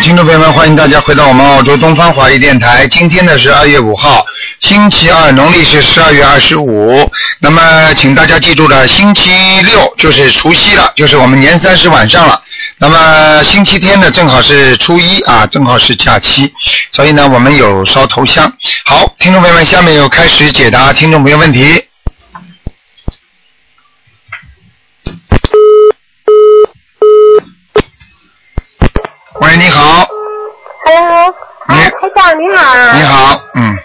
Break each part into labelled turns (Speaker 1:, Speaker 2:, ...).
Speaker 1: 听众朋友们，欢迎大家回到我们澳洲东方华语电台。今天呢是二月五号，星期二，农历是十二月二十五。那么，请大家记住了，星期六就是除夕了，就是我们年三十晚上了。那么星期天呢，正好是初一啊，正好是假期，所以呢，我们有烧头香。好，听众朋友们，下面又开始解答听众朋友问题。喂，你好，
Speaker 2: Hello，
Speaker 1: 你
Speaker 2: 啊，台长你好，
Speaker 1: 你，好，嗯，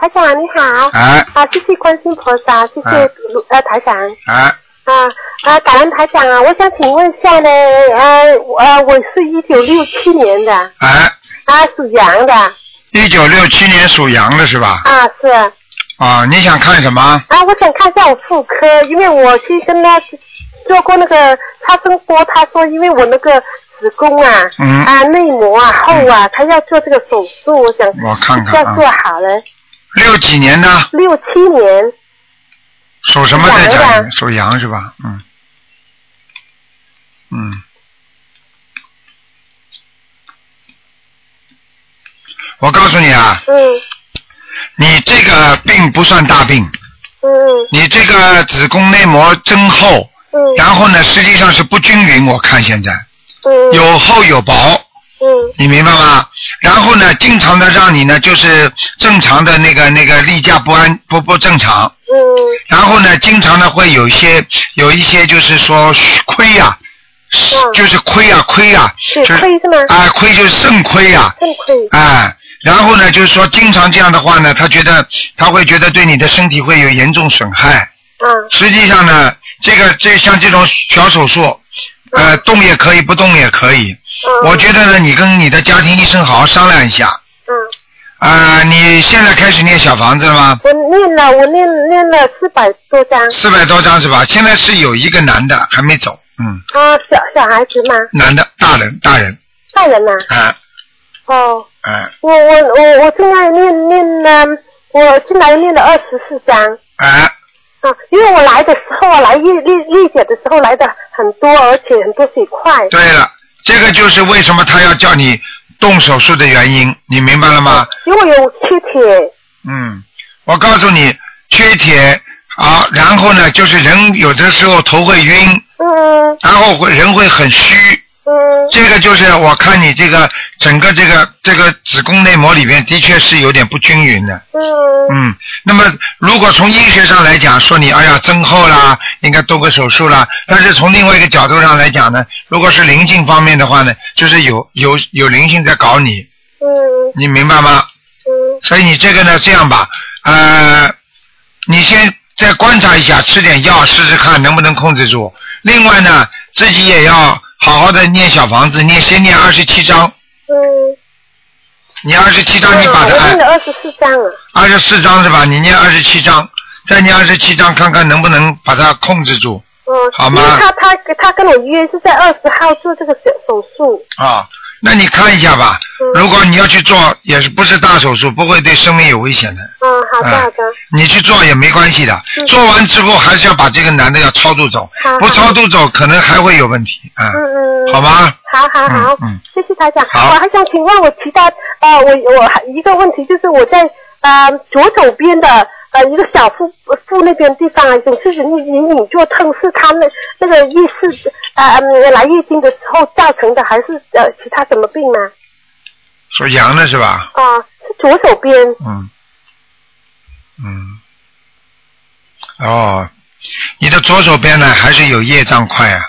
Speaker 2: 台长你好，
Speaker 1: 哎
Speaker 2: 啊，谢谢关心菩萨，谢
Speaker 1: 哎
Speaker 2: 谢卢呃台长，
Speaker 1: 哎，
Speaker 2: 啊啊，感恩台长啊，我想请问一下呢，呃我呃，我是一九六七年的，
Speaker 1: 哎，
Speaker 2: 啊，属羊的，
Speaker 1: 一九六七年属羊的是吧？
Speaker 2: 啊是，啊，
Speaker 1: 啊，你想看什么？
Speaker 2: 我想看一下我妇科，因为我去跟他做过那个超声波，他说因为我那个子宫啊。
Speaker 1: 嗯，
Speaker 2: 啊，内膜啊，厚啊，他要做这个手术，我想
Speaker 1: 我看看
Speaker 2: 要
Speaker 1: 啊
Speaker 2: 做好了。
Speaker 1: 六几年的，
Speaker 2: 六七年，
Speaker 1: 属什么再讲一
Speaker 2: 属羊的
Speaker 1: 遍？属羊是吧？嗯，嗯。我告诉你啊，
Speaker 2: 嗯
Speaker 1: 你这个病不算大病，
Speaker 2: 嗯
Speaker 1: 你这个子宫内膜增厚，
Speaker 2: 嗯
Speaker 1: 然后呢，实际上是不均匀，我看现在
Speaker 2: 嗯，
Speaker 1: 有厚有薄，
Speaker 2: 嗯
Speaker 1: 你明白吗？然后呢，经常的让你呢，就是正常的那个那个例假不安不不正常，
Speaker 2: 嗯
Speaker 1: 然后呢，经常呢会有一些有一些就是说亏呀、是
Speaker 2: 嗯
Speaker 1: 就是亏呀、亏呀、
Speaker 2: 是
Speaker 1: 就是
Speaker 2: 亏是吗？
Speaker 1: 啊、亏就是肾亏呀、
Speaker 2: 肾亏，
Speaker 1: 啊，然后呢，就是说经常这样的话呢，他觉得他会觉得对你的身体会有严重损害。
Speaker 2: 啊
Speaker 1: 实际上呢，这个这像这种小手术，呃，动也可以，不动也可以。
Speaker 2: 嗯，
Speaker 1: 我觉得呢，你跟你的家庭医生好好商量一下。
Speaker 2: 嗯，
Speaker 1: 啊、你现在开始念小房子了吗？
Speaker 2: 我念了，我念念了四百多张
Speaker 1: 四百多张是吧？现在是有一个男的还没走，嗯，
Speaker 2: 啊，小小孩子嘛，
Speaker 1: 男的，大人，大人，
Speaker 2: 大人呐、
Speaker 1: 啊、
Speaker 2: 哦，
Speaker 1: 啊、
Speaker 2: 我我我我进来念念了，我进来念了二十四张。
Speaker 1: 啊、
Speaker 2: 啊，因为我来的时候啊，来月月月姐的时候来的很多，而且很多水块。
Speaker 1: 对了，这个就是为什么他要叫你动手术的原因，你明白了吗？
Speaker 2: 因为有缺铁，
Speaker 1: 嗯，我告诉你，缺铁啊，然后呢，就是人有的时候头会晕，
Speaker 2: 嗯
Speaker 1: 然后会人会很虚，
Speaker 2: 嗯
Speaker 1: 这个就是我看你这个整个这个这个子宫内膜里边的确是有点不均匀的。
Speaker 2: 嗯
Speaker 1: 嗯，那么如果从医学上来讲，说你哎呀增厚啦，应该动个手术啦。但是从另外一个角度上来讲呢，如果是灵性方面的话呢，就是有有有灵性在搞你，
Speaker 2: 嗯
Speaker 1: 你明白吗？
Speaker 2: 嗯
Speaker 1: 所以你这个呢，这样吧，呃，你先再观察一下，吃点药试试看能不能控制住。另外呢，自己也要好好的念小房子，念先念二十七章，
Speaker 2: 嗯。
Speaker 1: 你二十七章你把
Speaker 2: 啊，
Speaker 1: 它哎
Speaker 2: 我
Speaker 1: 按
Speaker 2: 念了二十四张啊。
Speaker 1: 二十四章是吧？你念二十七章，再念二十七章，看看能不能把它控制住
Speaker 2: 嗯，
Speaker 1: 好吗
Speaker 2: 因为他他他跟我约是在二十号做这个手手术。
Speaker 1: 啊。那你看一下吧，
Speaker 2: 嗯
Speaker 1: 如果你要去做，也是不是大手术，不会对生命有危险的。
Speaker 2: 嗯，好的
Speaker 1: 哎
Speaker 2: 好的，
Speaker 1: 你去做也没关系的，
Speaker 2: 嗯
Speaker 1: 做完之后还是要把这个男的要超度走
Speaker 2: 好，
Speaker 1: 不超度走可能还会有问题啊
Speaker 2: 嗯，嗯，
Speaker 1: 好吗？
Speaker 2: 好好好，
Speaker 1: 嗯嗯
Speaker 2: 谢谢台长。
Speaker 1: 好
Speaker 2: 我还想请问我其他呃，我我还一个问题就是我在呃左手边的呃一个小腹腹那边地方啊，总是隐隐隐作痛，是他那那个意识呃嗯来月经的时候造成的，还是呃其他什么病吗？
Speaker 1: 属羊的是吧？
Speaker 2: 啊、是左手边，
Speaker 1: 嗯，嗯，哦，你的左手边呢还是有业障块啊，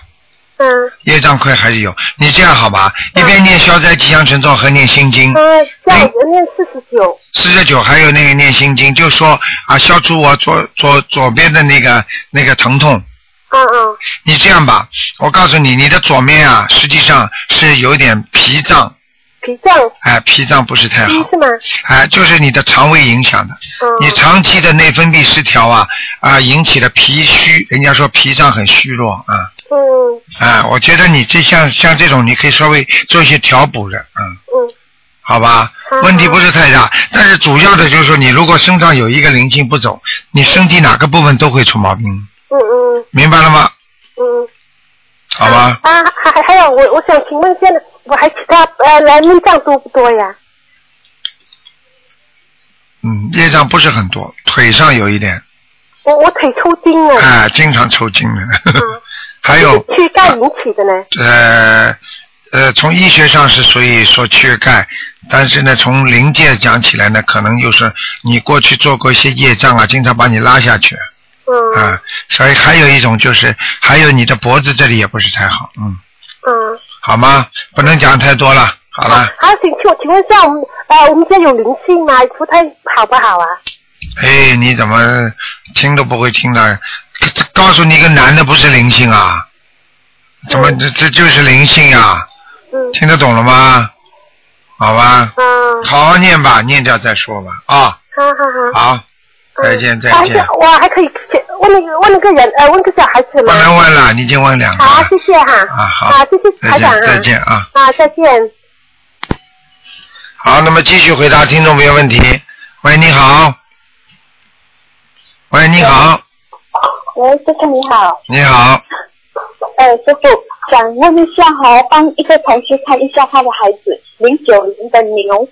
Speaker 2: 嗯
Speaker 1: 业障块还是有。你这样好吧，一边念消灾吉祥神咒和念心经，
Speaker 2: 嗯，在我念四十九，
Speaker 1: 四十九还有那个念心经，就说啊消除我左左左边的那个那个疼痛。
Speaker 2: 嗯嗯。
Speaker 1: 你这样吧，我告诉你，你的左面啊，实际上是有点脾脏，
Speaker 2: 脾脏
Speaker 1: 哎，脾脏不是太
Speaker 2: 低
Speaker 1: 好，
Speaker 2: 是吗？
Speaker 1: 哎，就是你的肠胃影响的。
Speaker 2: 嗯，
Speaker 1: 你长期的内分泌失调啊啊，引起了脾虚，人家说脾脏很虚弱啊
Speaker 2: 嗯
Speaker 1: 啊，我觉得你这像像这种，你可以稍微做一些调补的，嗯，
Speaker 2: 嗯
Speaker 1: 好吧
Speaker 2: 好？
Speaker 1: 问题不是太大，但是主要的就是说，你如果身上有一个灵性不走，你身体哪个部分都会出毛病，
Speaker 2: 嗯嗯
Speaker 1: 明白了吗？
Speaker 2: 嗯，
Speaker 1: 好吧？
Speaker 2: 啊，还还还有，我我想请问一下，
Speaker 3: 我还其他呃来内脏多不多呀？
Speaker 1: 嗯，业障不是很多，腿上有一点，
Speaker 3: 我我腿抽筋啊
Speaker 2: 哦
Speaker 3: 了，
Speaker 1: 哎，经常抽筋的。 还有
Speaker 3: 缺钙引起的呢。
Speaker 1: 呃呃，从医学上是所以说缺钙，但是呢，从灵界讲起来呢，可能就是你过去做过一些业障啊，经常把你拉下去
Speaker 3: 嗯
Speaker 1: 啊，所以还有一种就是，还有你的脖子这里也不是太好，嗯，
Speaker 3: 嗯。
Speaker 1: 好吗？不能讲太多了，好了，
Speaker 3: 还有，请请我请问一下，我们呃我们家有灵性吗？福胎好不好啊？
Speaker 1: 哎，你怎么听都不会听的？这告诉你一个男的不是灵性啊，怎么这这就是灵性啊？
Speaker 3: 嗯
Speaker 1: 听得懂了吗？好吧，
Speaker 3: 嗯，
Speaker 1: 好好念吧，念掉再说吧啊。
Speaker 3: 好好好。
Speaker 1: 好，
Speaker 3: 嗯
Speaker 1: 再见再
Speaker 3: 啊
Speaker 1: 见。
Speaker 3: 我还可以问那个问那个人呃问个小孩子
Speaker 1: 不
Speaker 3: 吗？
Speaker 1: 能问了，你已经问两个
Speaker 3: 好，
Speaker 1: 了
Speaker 3: 谢谢哈。
Speaker 1: 啊。好
Speaker 3: 啊，，谢谢
Speaker 1: 再
Speaker 3: 台长啊
Speaker 1: 见。再见啊。
Speaker 3: 啊，再见。
Speaker 1: 好，那么继续回答听众朋友问题。喂，你好。喂，你好，
Speaker 2: 喂，师傅你好，
Speaker 1: 你好，
Speaker 2: 哎，师傅想问一下哈、哦，帮一个同事看一下他的孩子，零九年的牛，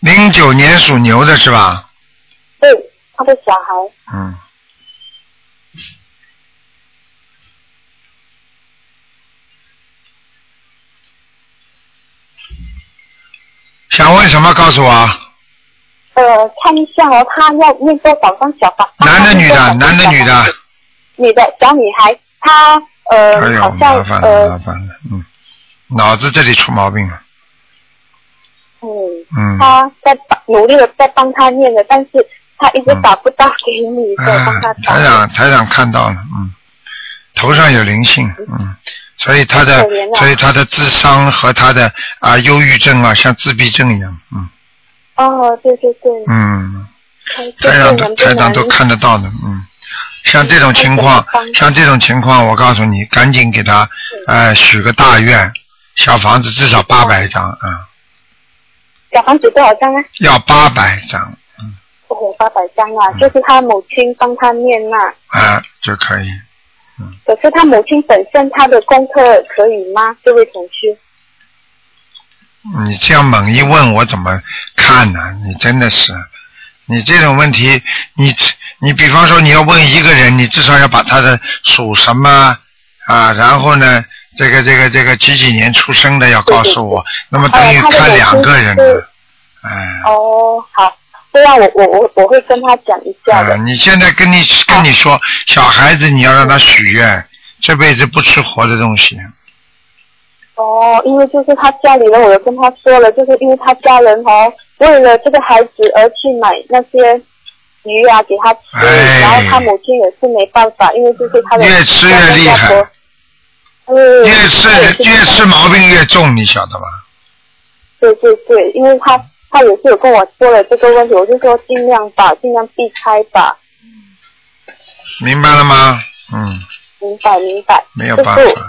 Speaker 1: 零九年属牛的是吧？
Speaker 2: 对，他的小孩，
Speaker 1: 嗯。想问什么？告诉
Speaker 2: 啊
Speaker 1: 我。
Speaker 2: 呃，看一下哦，他要念多少张小房？
Speaker 1: 男的，女的，
Speaker 2: 帮他
Speaker 1: 男的，
Speaker 2: 念
Speaker 1: 女
Speaker 2: 多少张
Speaker 1: 的。
Speaker 2: 女的小女孩，她呃、
Speaker 1: 哎呦，
Speaker 2: 好像
Speaker 1: 麻烦了，麻
Speaker 2: 呃
Speaker 1: 烦了，嗯，脑子这里出毛病了，
Speaker 2: 嗯，
Speaker 1: 嗯，
Speaker 2: 她在帮努力的在帮他念的，但是她一直
Speaker 1: 嗯
Speaker 2: 打不到给你，所以
Speaker 1: 啊
Speaker 2: 帮他打。
Speaker 1: 台长台长看到了，嗯，头上有灵性，嗯，所以他的
Speaker 2: 可怜啊
Speaker 1: 所以他的智商和他的啊忧郁症啊，像自闭症一样，嗯
Speaker 2: 哦，对对对，
Speaker 1: 嗯，
Speaker 2: 看这
Speaker 1: 台
Speaker 2: 个
Speaker 1: 长
Speaker 2: 能
Speaker 1: 都
Speaker 2: 不
Speaker 1: 台长
Speaker 2: 能
Speaker 1: 都看得到的，嗯。像这种情况
Speaker 2: 嗯那怎么，办
Speaker 1: 像这种情况，我告诉你，赶紧给他，
Speaker 2: 嗯
Speaker 1: 呃，许个大愿，小房子至少八百张啊、嗯
Speaker 2: 小房子多少张啊？
Speaker 1: 要八百张
Speaker 2: 哦，八百张
Speaker 1: 嗯
Speaker 2: 啊，就是他母亲帮他念呐、
Speaker 1: 啊、就可以。
Speaker 2: 可是他母亲本身他的功课可以吗？这位同事，
Speaker 1: 你这样猛一问我怎么看呢、你真的是，你这种问题，你你比方说你要问一个人，你至少要把他的属什么啊，然后呢，这个这个这个几几年出生的要告诉我，那么等于
Speaker 2: 哦他的
Speaker 1: 看两个人
Speaker 2: 母亲
Speaker 1: 了
Speaker 2: 是，
Speaker 1: 哎。
Speaker 2: 哦，好，这样我我我我会跟他讲一下的
Speaker 1: 啊，。你现在跟你跟你说，小孩子你要让他许愿，这辈子不吃活的东西。
Speaker 2: 哦，因为就是他家里人，我有跟他说了，就是因为他家人哦，为了这个孩子而去买那些鱼啊给他吃，
Speaker 1: 哎
Speaker 2: 然后他母亲也是没办法，因为就是他的
Speaker 1: 越吃越厉害
Speaker 2: 外公外婆。嗯，
Speaker 1: 越吃
Speaker 2: 他也是
Speaker 1: 越吃毛病越重，你晓得吧？
Speaker 2: 对对对，因为他他也是有跟我说了这个问题，我就说尽量吧，尽量避开吧。
Speaker 1: 明白了吗？嗯。
Speaker 2: 明白明白，
Speaker 1: 没有办
Speaker 2: 师傅
Speaker 1: 法，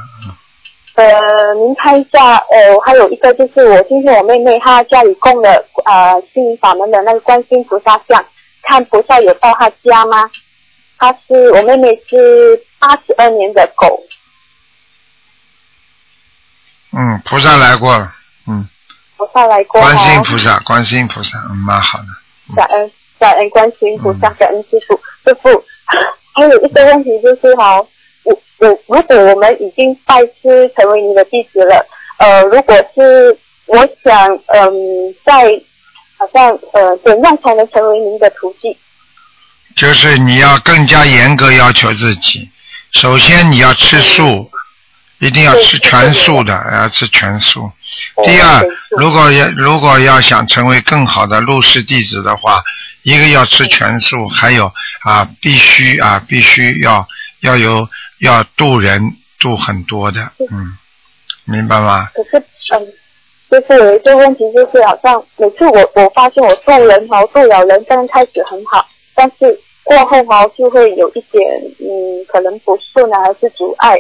Speaker 2: 呃，您看一下，呃，还有一个就是我今天我妹妹她家里供了呃心灵法门的那个观世音菩萨像，看菩萨有到她家吗？她是我妹妹是八十二年的狗，
Speaker 1: 嗯，菩萨来过了，嗯，
Speaker 2: 菩萨来过
Speaker 1: 观世音
Speaker 2: 哦，
Speaker 1: 菩萨，观世音菩萨，嗯，蛮好的，
Speaker 2: 感恩感恩观世音菩萨，
Speaker 1: 嗯
Speaker 2: 感恩师傅师傅。 还有一个问题就是哈、我我如果我们已经拜师成为你的弟子了，呃，如果是我想嗯、在好像呃怎样才能成为您的徒弟？
Speaker 1: 就是你要更加严格要求自己，首先你要吃素，一定要吃全素的，要吃全素。
Speaker 2: 哦
Speaker 1: 第二
Speaker 2: 我们是，
Speaker 1: 如果要如果要想成为更好的入室弟子的话，一个要吃全素，还有啊，必须啊，必须要要有要度人度很多的，嗯，明白吗？
Speaker 2: 可是嗯。就是有一个问题，就是好像每次我我发现我渡人哦，渡了人，刚开始很好，但是过后哦就会有一点嗯，可能不顺啊，还是阻碍。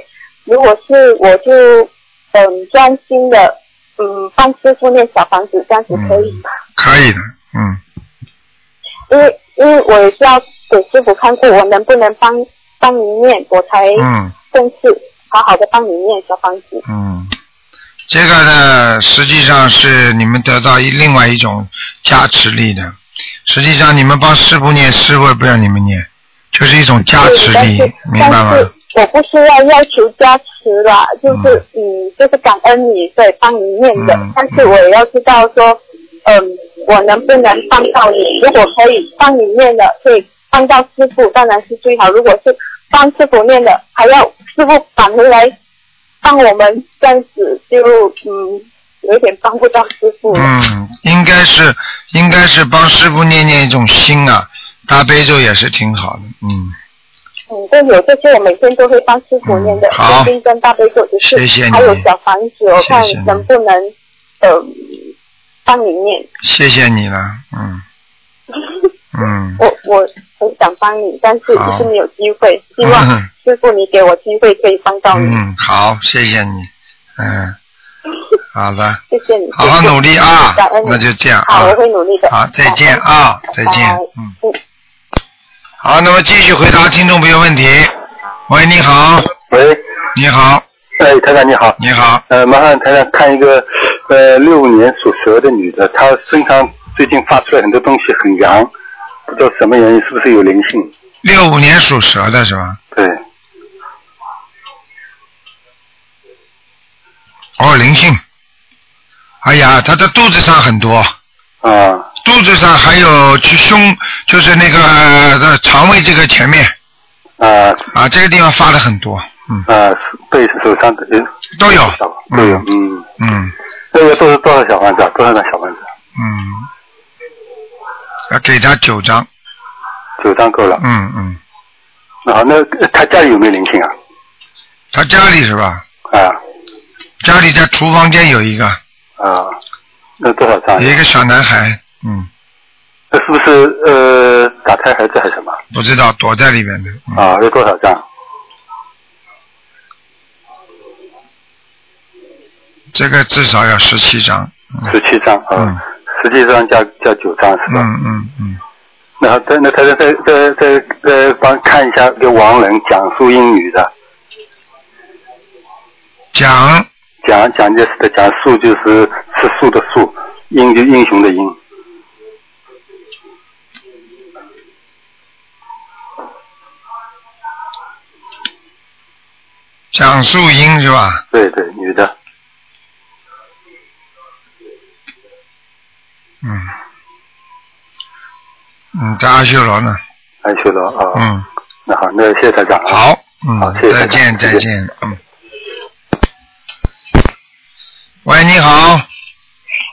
Speaker 2: 如果是我就嗯专心的嗯帮师傅念小房子，这样子可以吗？
Speaker 1: 可以的，嗯。
Speaker 2: 因为因为我也是要给师傅看过，我能不能帮帮您念，我才
Speaker 1: 嗯，
Speaker 2: 正式。
Speaker 4: 好好的帮你念小房子。
Speaker 1: 嗯，这个呢，实际上是你们得到一另外一种加持力的。实际上，你们帮师傅念，师傅也不让你们念，就是一种加持力
Speaker 4: 对，
Speaker 1: 明
Speaker 4: 但是
Speaker 1: 白吗
Speaker 4: 但？是我不需要要求加持啦，就是嗯就是感恩你，对，帮你念的。
Speaker 1: 嗯
Speaker 4: 但是我也要知道说，嗯，我能不能帮到你？如果可以帮你念的，可以帮到师傅，当然是最好。如果是帮师傅念的，还要师傅返回来帮我们，这样子就嗯有点帮不到师傅。
Speaker 1: 嗯，应该是应该是帮师傅念念一种心啊，大悲咒也是挺好的。嗯，
Speaker 4: 嗯，对，有这些我每天都会帮师傅念的，
Speaker 1: 嗯好
Speaker 4: 心跟大悲咒，只是
Speaker 1: 谢谢你
Speaker 4: 还有小房子，我看
Speaker 1: 谢谢你
Speaker 4: 能不能呃帮你念。
Speaker 1: 谢谢你了。嗯 嗯，
Speaker 4: 我我很想帮你，但是
Speaker 1: 好
Speaker 4: 一直没有机会，希望
Speaker 1: 嗯
Speaker 4: 师傅你给我机会可以帮到你，
Speaker 1: 嗯，好，谢谢你。嗯，好 了，
Speaker 4: 谢谢你，
Speaker 1: 好好
Speaker 4: 谢谢
Speaker 1: 努力啊
Speaker 4: 感恩，你
Speaker 1: 那就这样
Speaker 4: 好，
Speaker 1: 啊
Speaker 4: 我，会努力的。
Speaker 1: 好，再见
Speaker 4: 感恩
Speaker 1: 啊，再见
Speaker 4: 拜拜，
Speaker 1: 嗯。好，那么继续回答听众朋友问题。喂，你好，
Speaker 5: 喂，
Speaker 1: 你好，
Speaker 5: 哎，台长你好，
Speaker 1: 你好，
Speaker 5: 呃，麻烦台长看一个，呃，六五年属蛇的女的，她身上最近发出来很多东西，很阳，不知道什么原因，是不是有灵性？
Speaker 1: 六五年属蛇的是吧？
Speaker 5: 对，
Speaker 1: 哦，灵性。哎呀，他的肚子上很多，
Speaker 5: 啊，
Speaker 1: 肚子上还有去胸，就是那个、呃、肠胃这个前面
Speaker 5: 啊
Speaker 1: 啊，这个地方发了很多，嗯，
Speaker 5: 啊，对手上的人
Speaker 1: 都有，
Speaker 5: 都有
Speaker 1: 嗯，
Speaker 5: 嗯，
Speaker 1: 嗯
Speaker 5: 这个都是多少小房子啊？多少张小房子啊？
Speaker 1: 嗯，要给他九张，
Speaker 5: 九张够了。
Speaker 1: 嗯嗯，
Speaker 5: 那好，那呃她家里有没有灵性啊？
Speaker 1: 他家里是吧？
Speaker 5: 啊
Speaker 1: 家里在厨房间有一个，
Speaker 5: 啊，那多少张啊
Speaker 1: 有？一个小男孩，嗯，
Speaker 5: 那是不是呃打胎孩子还是什么？
Speaker 1: 不知道躲在里面的，嗯
Speaker 5: 啊，有多少张？
Speaker 1: 这个至少要十七张，
Speaker 5: 十七张
Speaker 1: 嗯
Speaker 5: 啊，十七张加加九张是吧？
Speaker 1: 嗯嗯嗯，
Speaker 5: 然后再那他再再再再再帮看一下一个亡人讲述英语的，
Speaker 1: 讲
Speaker 5: 讲讲就是的讲述就是吃素的素，英就英雄的英，
Speaker 1: 讲素英是吧？
Speaker 5: 对对，女的，
Speaker 1: 嗯，嗯，在阿修罗呢。
Speaker 5: 安修罗啊。
Speaker 1: 嗯，
Speaker 5: 那好，那谢谢台长啊。
Speaker 1: 好，嗯
Speaker 5: 好谢，谢
Speaker 1: 再见，
Speaker 5: 台长
Speaker 1: 再
Speaker 5: 谢谢
Speaker 1: 见，嗯。喂，你好，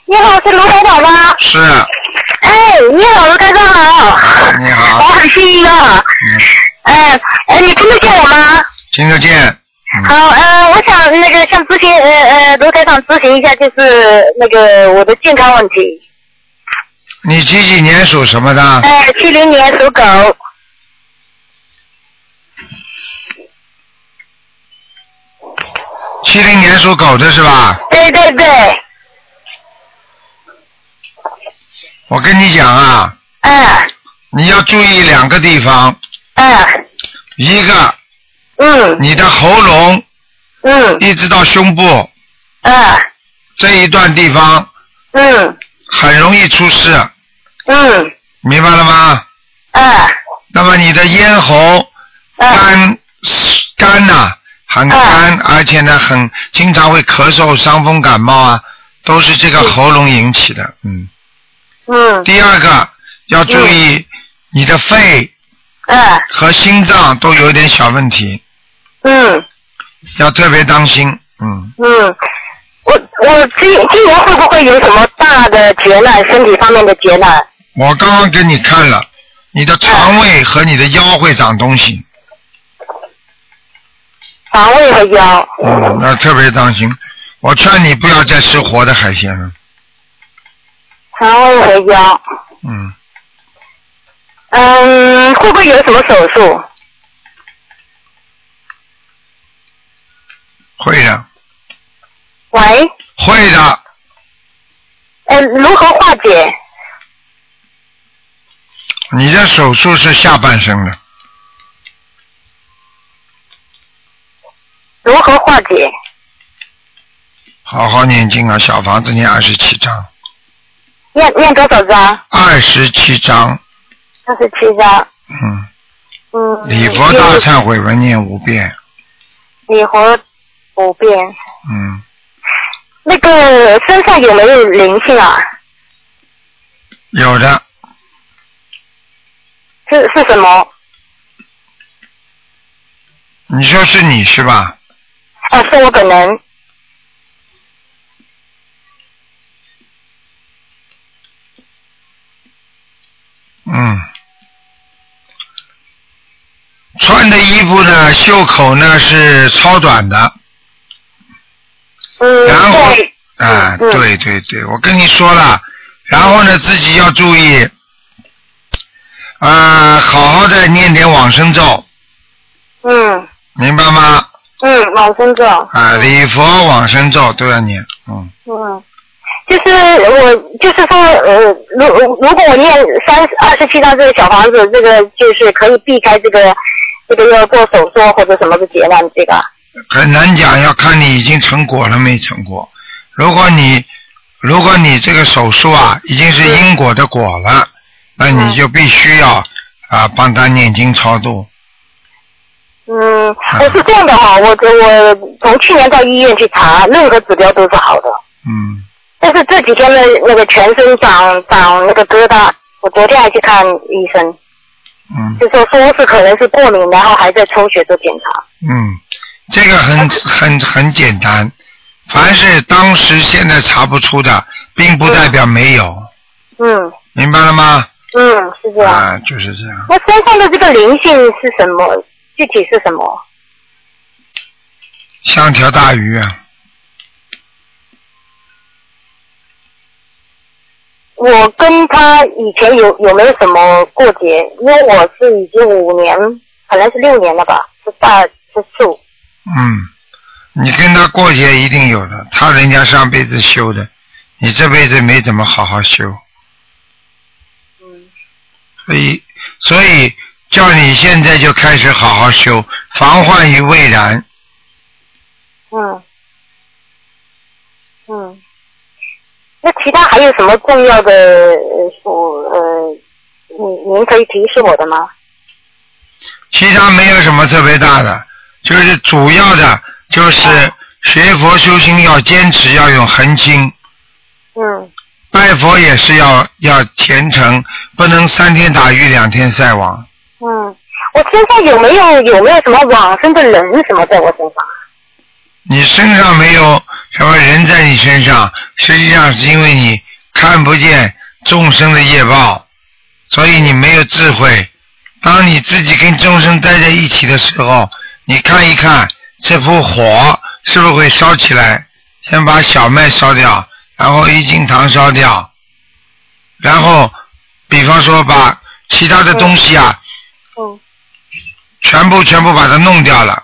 Speaker 2: 你好，是卢台长吗？
Speaker 1: 是，
Speaker 2: 哎，你好，卢台长好。
Speaker 1: 你
Speaker 2: 我
Speaker 1: 好，
Speaker 2: 很幸运啊。
Speaker 1: 嗯，
Speaker 2: 哎，哎，你听得见我吗？
Speaker 1: 听得见，嗯，
Speaker 2: 好，呃，我想那个向咨询，呃呃，卢台长咨询一下，就是那个我的健康问题。
Speaker 1: 你几几年属什么的？
Speaker 2: 哎、7七零年属狗。
Speaker 1: 七零年属狗的是吧？
Speaker 2: 对对对，
Speaker 1: 我跟你讲啊，
Speaker 2: 嗯
Speaker 1: 你要注意两个地方，
Speaker 2: 嗯
Speaker 1: 一个
Speaker 2: 嗯
Speaker 1: 你的喉咙
Speaker 2: 嗯
Speaker 1: 一直到胸部
Speaker 2: 嗯
Speaker 1: 这一段地方
Speaker 2: 嗯
Speaker 1: 很容易出事，
Speaker 2: 嗯
Speaker 1: 明白了吗？
Speaker 2: 嗯
Speaker 1: 那么你的咽喉
Speaker 2: 嗯
Speaker 1: 干干呐、很干，而且呢，很经常会咳嗽、伤风感冒啊，都是这个喉咙引起的。嗯，
Speaker 2: 嗯
Speaker 1: 第二个要注意你的肺
Speaker 2: 嗯
Speaker 1: 和心脏都有一点小问题，
Speaker 2: 嗯
Speaker 1: 要特别当心。嗯，
Speaker 2: 嗯，我我今今年会不会有什么大的劫难，身体方面的劫难？
Speaker 1: 我刚刚给你看了，你的肠胃和你的腰会长东西，
Speaker 2: 肠胃和腰。
Speaker 1: 嗯，要特别当心。我劝你不要再吃活的海鲜了。
Speaker 2: 肠胃和腰。
Speaker 1: 嗯，
Speaker 2: 嗯，会不会有什么手术？
Speaker 1: 会的，
Speaker 2: 喂，
Speaker 1: 会的。
Speaker 2: 嗯，如何化解？
Speaker 1: 你的手术是下半身的，
Speaker 2: 如何化解？
Speaker 1: 好好念经啊，小房子念二十七章，
Speaker 2: 念念多少张？
Speaker 1: 二十七章，
Speaker 2: 二十七张。
Speaker 1: 嗯，
Speaker 2: 嗯。
Speaker 1: 礼佛大忏悔文念五遍，
Speaker 2: 礼佛五遍。
Speaker 1: 嗯，
Speaker 2: 那个身上有没有灵性啊？
Speaker 1: 有的
Speaker 2: 是是什么？
Speaker 1: 你说是你是吧？
Speaker 2: 啊，是我本人。
Speaker 1: 嗯，穿的衣服呢，袖口呢是超短的，
Speaker 2: 嗯，
Speaker 1: 然后
Speaker 2: 对，
Speaker 1: 啊，
Speaker 2: 嗯
Speaker 1: 对对对，我跟你说了，然后呢，自己要注意，啊，好好的念点往生咒，
Speaker 2: 嗯
Speaker 1: 明白吗？
Speaker 2: 嗯，往生咒。
Speaker 1: 啊，礼佛往生咒都要念，嗯，
Speaker 2: 嗯，就是我就是说，呃，如如果我念三二十七张这个小房子，这个就是可以避开这个这个要做手术或者什么的劫难，这个。
Speaker 1: 很难讲，要看你已经成果了没成果。如果你如果你这个手术啊已经是因果的果了，那你就必须要啊帮他念经超度，
Speaker 2: 嗯，我是这样的哈、我我从去年到医院去查，任何指标都是好的，
Speaker 1: 嗯
Speaker 2: 但是这几天的那个全身长长那个疙瘩，我昨天还去看医生，
Speaker 1: 嗯
Speaker 2: 就说说是可能是过敏，然后还在抽血做检查。
Speaker 1: 嗯，这个很很很简单，凡是当时现在查不出的，并不代表没有，
Speaker 2: 嗯
Speaker 1: 明白了吗？
Speaker 2: 嗯，是这样。
Speaker 1: 啊，就是这样。
Speaker 2: 那身上的这个灵性是什么？具体是什么？
Speaker 1: 像条大鱼啊，
Speaker 2: 我跟他以前有有没有什么过节？因为我是已经五年，可能是六年了吧，不大吃素。
Speaker 1: 嗯，你跟他过节一定有的，他人家上辈子修的，你这辈子没怎么好好修。
Speaker 2: 嗯
Speaker 1: 所以，所以叫你现在就开始好好修，防患于未然。
Speaker 2: 嗯嗯。那其他还有什么重要的呃我呃，您您可以提示我的吗？
Speaker 1: 其他没有什么特别大的，就是主要的就是学佛修心要坚持，要用恒心。
Speaker 2: 嗯
Speaker 1: 拜佛也是要要虔诚，不能三天打鱼两天晒网。
Speaker 2: 嗯，我身上有没有有没有什么往生的人什么在我身上？
Speaker 1: 你身上没有什么人在你身上，实际上是因为你看不见众生的业报，所以你没有智慧。当你自己跟众生待在一起的时候，你看一看这幅火是不是会烧起来？先把小麦烧掉，然后一斤糖烧掉，然后比方说把其他的东西啊，
Speaker 2: 嗯
Speaker 1: 全部全部把它弄掉了。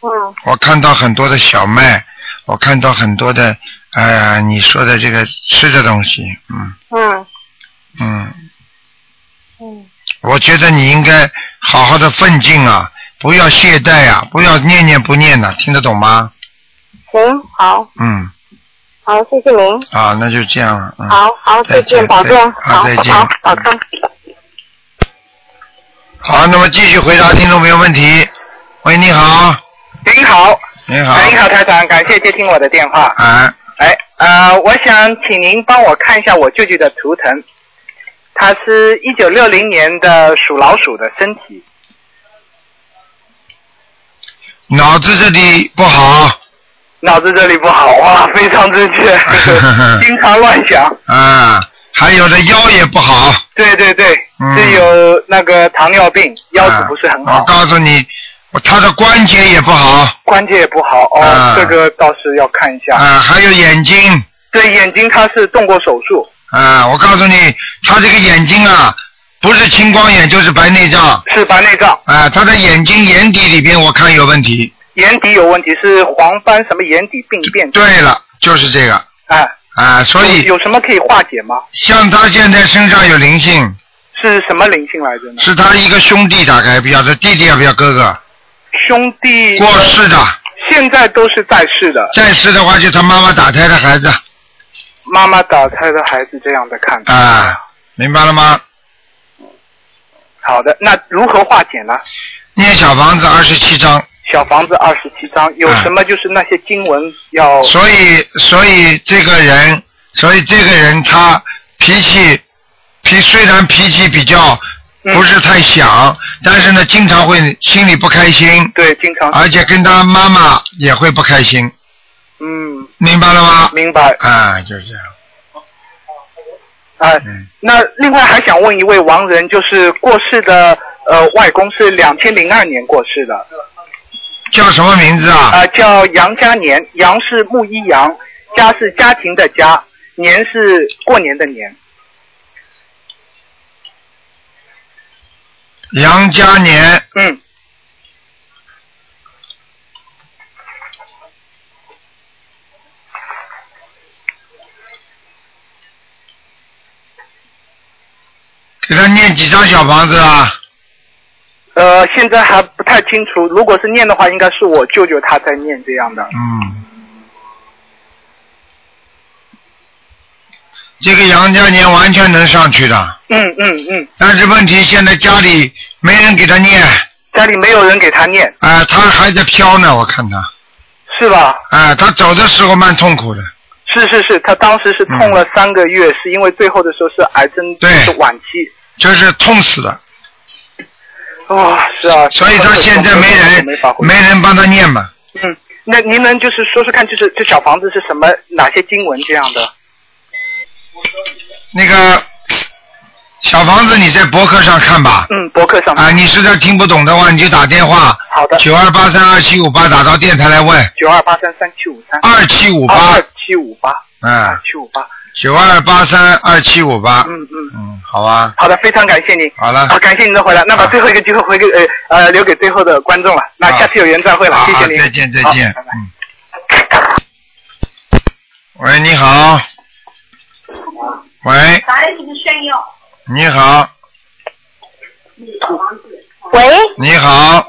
Speaker 2: 嗯
Speaker 1: 我看到很多的小麦，我看到很多的呃，你说的这个吃的东西，嗯
Speaker 2: 嗯
Speaker 1: 嗯，
Speaker 2: 嗯
Speaker 1: 我觉得你应该好好的奋进啊，不要懈怠啊，不要念念不念呐、听得懂吗？
Speaker 2: 行，好
Speaker 1: 嗯，
Speaker 2: 好，谢谢您。
Speaker 1: 啊，那就这样了，嗯，
Speaker 2: 好好，
Speaker 1: 再
Speaker 2: 再
Speaker 1: 见
Speaker 2: 见，保重，
Speaker 1: 再好
Speaker 2: 好
Speaker 1: 再见
Speaker 2: 好保重。
Speaker 1: 好，那么继续回答听众朋友问题。喂，你好，
Speaker 6: 您好，
Speaker 1: 你好，
Speaker 6: 哎，你好，台长，感谢接听我的电话。
Speaker 1: 哎，
Speaker 6: 哎，呃，我想请您帮我看一下我舅舅的图腾，他是一九六零年的属老鼠的身体，
Speaker 1: 脑子这里不好，，
Speaker 6: 脑子这里不好哇， 非常正确 经常乱想。
Speaker 1: 啊，还有的腰也不好，
Speaker 6: 对对对，
Speaker 1: 嗯
Speaker 6: 是有那个糖尿病，腰子不是很
Speaker 1: 啊
Speaker 6: 好
Speaker 1: 我，告诉你，我他的关节也不好。
Speaker 6: 关节也不好哦，
Speaker 1: 啊
Speaker 6: 这个倒是要看一下。
Speaker 1: 啊，还有眼睛
Speaker 6: 对，眼睛他是动过手术，
Speaker 1: 啊，我告诉你，他这个眼睛啊，不是青光眼就是白内障
Speaker 6: 是白内障，
Speaker 1: 啊，他的眼睛眼底里边我看有问题。
Speaker 6: 眼底有问题，是黄斑什么眼底病变。
Speaker 1: 对了，就是这个
Speaker 6: 啊，
Speaker 1: 啊，所以
Speaker 6: 有有什么可以化解吗？
Speaker 1: 像他现在身上有灵性，
Speaker 6: 是什么灵性来着呢？
Speaker 1: 是他一个兄弟大概比较，这弟弟啊比较哥哥
Speaker 6: 兄弟
Speaker 1: 过世的，
Speaker 6: 现在都是在世的，
Speaker 1: 再世的话，就他妈妈打胎的孩子
Speaker 6: 妈妈打胎的孩子这样的看。
Speaker 1: 啊，明白了吗？
Speaker 6: 好的，那如何化解呢？
Speaker 1: 念小房子二十七章，
Speaker 6: 小房子二十七章有什么？就是那些经文要
Speaker 1: 所以所以这个人，所以这个人他脾气脾虽然脾气比较不是太响，但是呢，经常会心里不开心，
Speaker 6: 对，经常
Speaker 1: 而且跟他妈妈也会不开心，
Speaker 6: 嗯，
Speaker 1: 明白了吗？
Speaker 6: 明白
Speaker 1: 啊，就是这样。
Speaker 6: 啊、
Speaker 1: 嗯
Speaker 6: 那另外还想问一位亡人，就是过世的呃外公是两千零二年过世的，
Speaker 1: 叫什么名字啊？
Speaker 6: 啊、叫杨家年，杨是木一杨，家是家庭的家，年是过年的年。
Speaker 1: 杨嘉年。
Speaker 6: 嗯。
Speaker 1: 给他念几张小房子啊？
Speaker 6: 呃，现在还不太清楚，如果是念的话，应该是我舅舅他在念这样的。
Speaker 1: 嗯。这个杨嘉年完全能上去的，
Speaker 6: 嗯嗯嗯，
Speaker 1: 但是问题现在家里没人给他念，
Speaker 6: 家里没有人给他念，
Speaker 1: 啊、他还在飘呢，我看他，
Speaker 6: 是吧？
Speaker 1: 啊、他走的时候蛮痛苦的，
Speaker 6: 是是是，他当时是痛了三个月，是因为最后的时候是癌症
Speaker 1: 对
Speaker 6: 是晚期。
Speaker 1: 就是痛死的，
Speaker 6: 啊、是啊。
Speaker 1: 所以他现在没人
Speaker 6: 没法回
Speaker 1: 没人帮他念嘛。
Speaker 6: 嗯，那您能就是说说看，就是这小房子是什么哪些经文这样的？
Speaker 1: 那个小房子你在博客上看吧，
Speaker 6: 嗯，博客上
Speaker 1: 啊、你实在听不懂的话，你就打电话
Speaker 6: 好的，
Speaker 1: 九二八三二七五八打到电台来问
Speaker 6: 九二八三三七五三
Speaker 1: 二七五八
Speaker 6: 二，七五八
Speaker 1: 嗯，
Speaker 6: 七五八，
Speaker 1: 九二八三二七五八，
Speaker 6: 嗯嗯，
Speaker 1: 嗯，好吧，
Speaker 6: 好的，非常感谢您。
Speaker 1: 好了，
Speaker 6: 啊，感谢您的回答。那把最后一个机会回给呃呃留给最后的观众了。那
Speaker 1: 啊
Speaker 6: 下次有缘再会了，
Speaker 1: 好
Speaker 6: 谢谢
Speaker 1: 好
Speaker 6: 您。
Speaker 1: 再见再
Speaker 6: 好
Speaker 1: 见，
Speaker 6: 拜拜
Speaker 1: 嗯。喂，你好。喂，你好，
Speaker 2: 喂，
Speaker 1: 你好，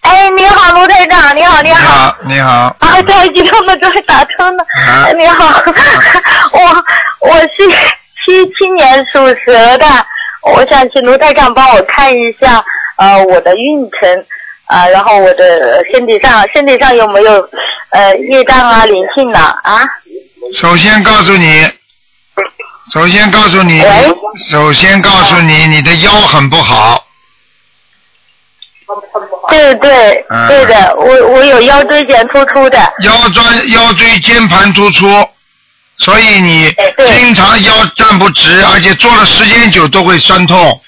Speaker 2: 哎，你好，卢队长，你好，你
Speaker 1: 你
Speaker 2: 好。
Speaker 1: 好，你好，
Speaker 2: 啊，太激动了，终于打通了。
Speaker 1: 啊
Speaker 2: 你好，嗯我 我是七七年属蛇的，我想请卢台长帮我看一下，呃，我的运程，啊、然后我的身体上身体上有没有呃业障啊、灵性呐啊
Speaker 1: 首先告诉你，首先告诉你
Speaker 2: 喂，
Speaker 1: 首先告诉你，你的腰很不好，
Speaker 2: 对对、
Speaker 1: 嗯
Speaker 2: 对的，我我有腰椎间突出的，
Speaker 1: 腰椎腰椎间盘突出，所以你
Speaker 2: 哎对
Speaker 1: 经常腰站不直，而且坐的时间久都会酸痛，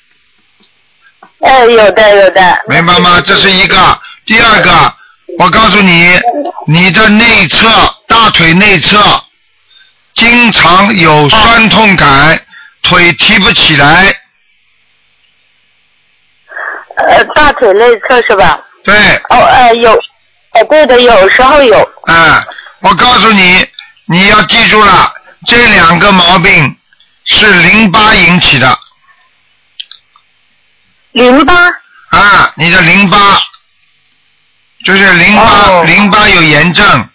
Speaker 2: 哎，有的有的。
Speaker 1: 明白吗？这是一个。第二个，我告诉你，你的内侧大腿内侧经常有酸痛感，腿提不起来。
Speaker 2: 呃，大腿内侧是吧？
Speaker 1: 对，
Speaker 2: 哦，呃，有，哎，对的，有时候有。
Speaker 1: 啊、我告诉你，你要记住了，这两个毛病是淋巴引起的
Speaker 2: 淋巴，
Speaker 1: 啊，你的淋巴就是淋巴、
Speaker 2: 哦
Speaker 1: 淋巴有炎症，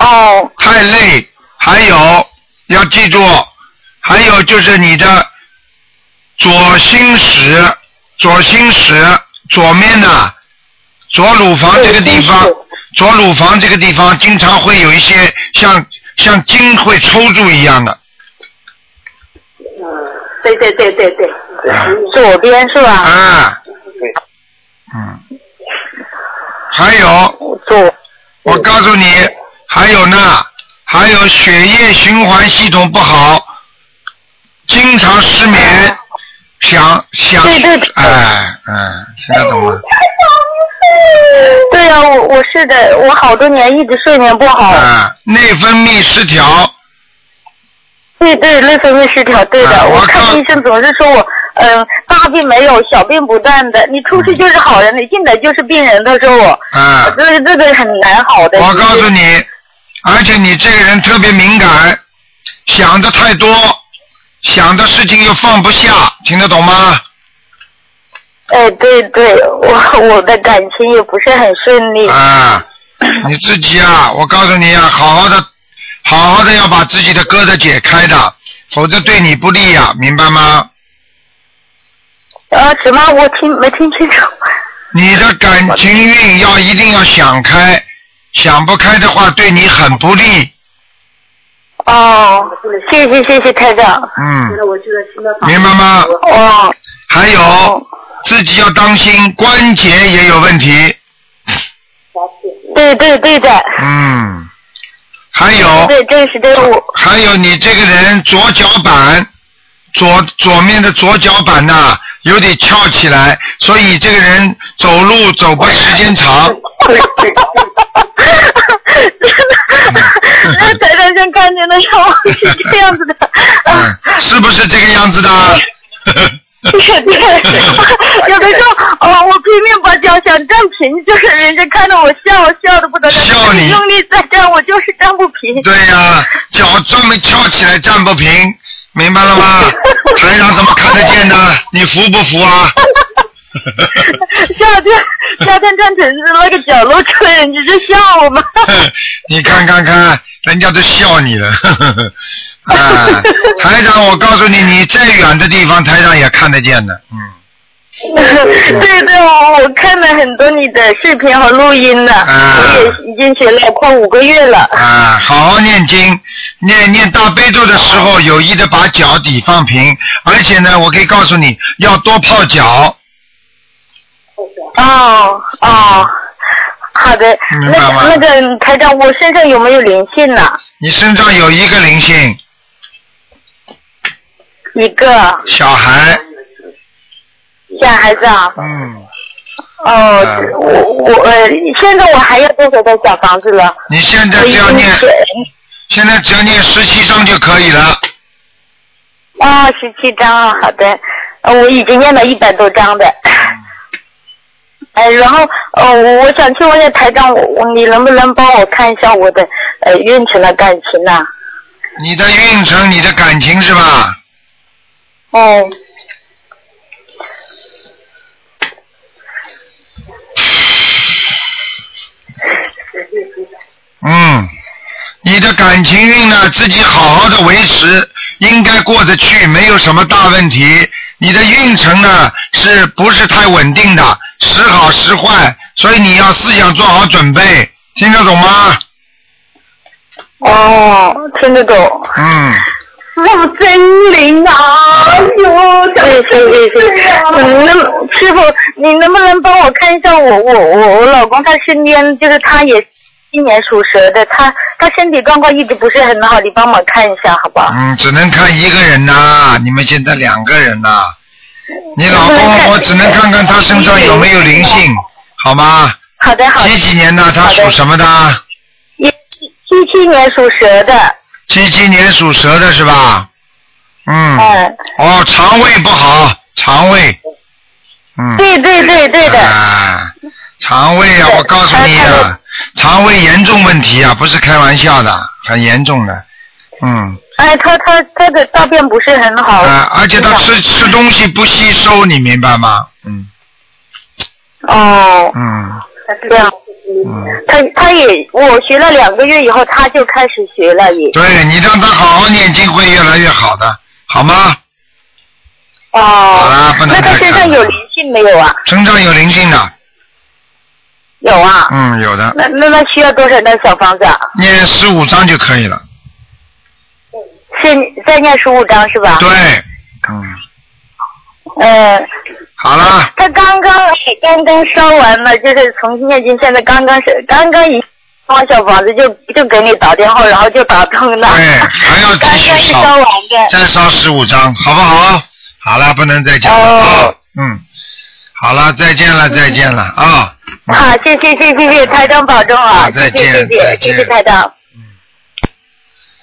Speaker 2: 哦，
Speaker 1: 太累，还有要记住，还有就是你的左心室、左心室左面呐、左乳房这个地方
Speaker 2: 对心室，
Speaker 1: 左乳房这个地方经常会有一些像像筋会抽住一样的。
Speaker 2: 对对对对对，
Speaker 1: 啊
Speaker 2: 左边是吧？
Speaker 1: 啊，嗯，还有，
Speaker 2: 左，
Speaker 1: 我告诉你，还有呢，还有血液循环系统不好，经常失眠，想想，
Speaker 2: 对对对
Speaker 1: 哎，嗯，听得懂吗？
Speaker 2: 对呀、我我是的，我好多年一直睡眠不好，
Speaker 1: 啊，内分泌失调，
Speaker 2: 对对，内分泌失调，对的，
Speaker 1: 啊我
Speaker 2: 我
Speaker 1: 告
Speaker 2: 看医生总是说我，嗯、大病没有，小病不断的，你出去
Speaker 1: 嗯
Speaker 2: 就是好人，你进来就是病人，他说我，
Speaker 1: 啊，
Speaker 2: 这个这个很难好的。
Speaker 1: 我告
Speaker 2: 其
Speaker 1: 诉
Speaker 2: 实，
Speaker 1: 你，而且你这个人特别敏感，想的太多，想的事情又放不下，听得懂吗？
Speaker 2: 哎，对对，我我的感情也不是很顺利。
Speaker 1: 啊，你自己啊，我告诉你啊，好好的，好好的要把自己的疙瘩解开的，否则对你不利呀、明白吗？
Speaker 2: 呃，什么？我听没听清楚？
Speaker 1: 你的感情运要一定要想开，想不开的话对你很不利。
Speaker 2: 哦，谢谢谢谢台长。
Speaker 1: 嗯，明白吗？
Speaker 2: 哦，
Speaker 1: 还有自己要当心关节也有问题，
Speaker 2: 对对对的，
Speaker 1: 嗯，还有
Speaker 2: 对这个是对我
Speaker 1: 还有你这个人左脚板，左左面的左脚板呐、有点翘起来，所以这个人走路走不时间长。
Speaker 2: 那台长先看见的时候是这样子 的，啊，
Speaker 1: 嗯，是不是这个样子的？
Speaker 2: 对 对，有的时候哦，我拼命把脚想站平，就是人家看到我笑，笑的不得了，
Speaker 1: 笑你
Speaker 2: 用力再站，我就是站不平。
Speaker 1: 对呀、脚专门翘起来站不平，明白了吗？台上怎么看得见呢？你服不服啊？
Speaker 2: 夏天夏天站城市那个角落出来，人家就笑 我们。
Speaker 1: 你看看看，人家都笑你了。 啊，台长，我告诉你，你再远的地方，台长也看得见的。嗯，
Speaker 2: 对对，我我看了很多你的视频和录音了，
Speaker 1: 啊
Speaker 2: 我也已经学了快五个月了。
Speaker 1: 啊，好好念经，念念大悲咒的时候，有意的把脚底放平，而且呢，我可以告诉你，要多泡脚。
Speaker 2: 哦哦，好的，
Speaker 1: 明白
Speaker 2: 那
Speaker 1: 吗
Speaker 2: 个那个台长，我身上有没有灵性呢？
Speaker 1: 你身上有一个灵性，
Speaker 2: 一个
Speaker 1: 小孩，
Speaker 2: 小孩子啊，
Speaker 1: 嗯，
Speaker 2: 哦，
Speaker 1: 啊
Speaker 2: 我我呃现在我还要多少个小房子了？
Speaker 1: 你现在
Speaker 2: 我已
Speaker 1: 只要
Speaker 2: 经
Speaker 1: 念，
Speaker 2: 是
Speaker 1: 现在只要念十七章就可以了。
Speaker 2: 哦，十七张啊，好的，呃我已经念了一百多张的。哎，然后呃，我我想请问一下台长，我我你能不能帮我看一下我的呃运程的感情呐、
Speaker 1: 你的运程，你的感情是吧？
Speaker 2: 哦，
Speaker 1: 嗯，你的感情运呢，自己好好的维持，应该过得去，没有什么大问题。你的运程呢，是不是太稳定的，时好时坏，所以你要思想做好准备，听得懂吗？
Speaker 2: 哦，听得懂。
Speaker 1: 嗯，
Speaker 2: 我真灵啊！哎呦，对对对对，嗯，那师傅，你能不能帮我看一下我我我我老公他身边，就是他也今年属蛇的，他他身体状况一直不是很好，你帮忙看一下好不好？
Speaker 1: 嗯，只能看一个人呐、你们现在两个人呐、你老
Speaker 2: 只能
Speaker 1: 公，
Speaker 2: 看
Speaker 1: 我只能看看他身上有没有灵性，好吗？
Speaker 2: 好的好的
Speaker 1: 几，几年的？他
Speaker 2: 好的
Speaker 1: 属什么的？
Speaker 2: 一七七年属蛇的，
Speaker 1: 七七年属蛇的是吧？嗯。
Speaker 2: 嗯，
Speaker 1: 哦，肠胃不好，肠胃。嗯。
Speaker 2: 对对对对的，
Speaker 1: 啊，肠胃啊，
Speaker 2: 对
Speaker 1: 我告诉你
Speaker 2: 他他
Speaker 1: 啊，肠胃严重问题啊，不是开玩笑的，很严重的。嗯。
Speaker 2: 哎，他他他的大便不是很好，
Speaker 1: 啊，而且他
Speaker 2: 是
Speaker 1: 吃吃东西不吸收，你明白吗？嗯
Speaker 2: 的哦，
Speaker 1: 嗯
Speaker 2: 对啊，
Speaker 1: 嗯，
Speaker 2: 他他也我学了两个月以后，他就开始学了也。
Speaker 1: 对你让他好好念经，会越来越好的，好吗？
Speaker 2: 哦，
Speaker 1: 好啦不能
Speaker 2: 那他
Speaker 1: 太
Speaker 2: 身
Speaker 1: 看
Speaker 2: 上
Speaker 1: 了
Speaker 2: 有灵性没有啊？
Speaker 1: 身上有灵性的，
Speaker 2: 有啊。
Speaker 1: 嗯，有的，
Speaker 2: 那那那需要多少张小房子啊？
Speaker 1: 念十五章就可以了。
Speaker 2: 是再念十五张是吧？
Speaker 1: 对，嗯，
Speaker 2: 嗯、
Speaker 1: 好了，
Speaker 2: 他刚刚刚刚烧完了，就是从念经现在刚刚是刚刚一烧小房子就就给你打电话，然后就打通了。
Speaker 1: 对还要继
Speaker 2: 刚
Speaker 1: 续
Speaker 2: 刚一
Speaker 1: 烧
Speaker 2: 烧完的。
Speaker 1: 再烧十五章，好不好？好了，不能再讲了啊、
Speaker 2: 哦
Speaker 1: 嗯，好了，再见了，再见了啊、
Speaker 2: 好，谢谢谢谢谢谢台长保重啊
Speaker 1: 好！再见
Speaker 2: 谢谢谢
Speaker 1: 再
Speaker 2: 谢
Speaker 1: 见
Speaker 2: 谢谢台长。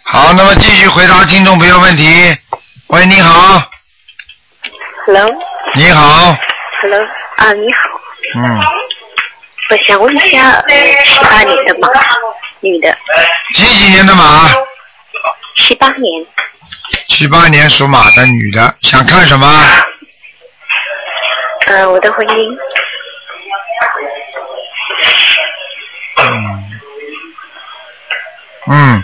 Speaker 1: 好，那么继续回答听众朋友问题。喂，你好，
Speaker 7: Hello，Hello
Speaker 1: 你好，
Speaker 7: 啊，你好，
Speaker 1: 嗯，
Speaker 7: 我想问一下，七八年的马，女的，
Speaker 1: 几几年的马？
Speaker 7: 七八年，
Speaker 1: 七八年属马的女的，想看什么？
Speaker 2: 呃，我的婚姻，
Speaker 1: 嗯，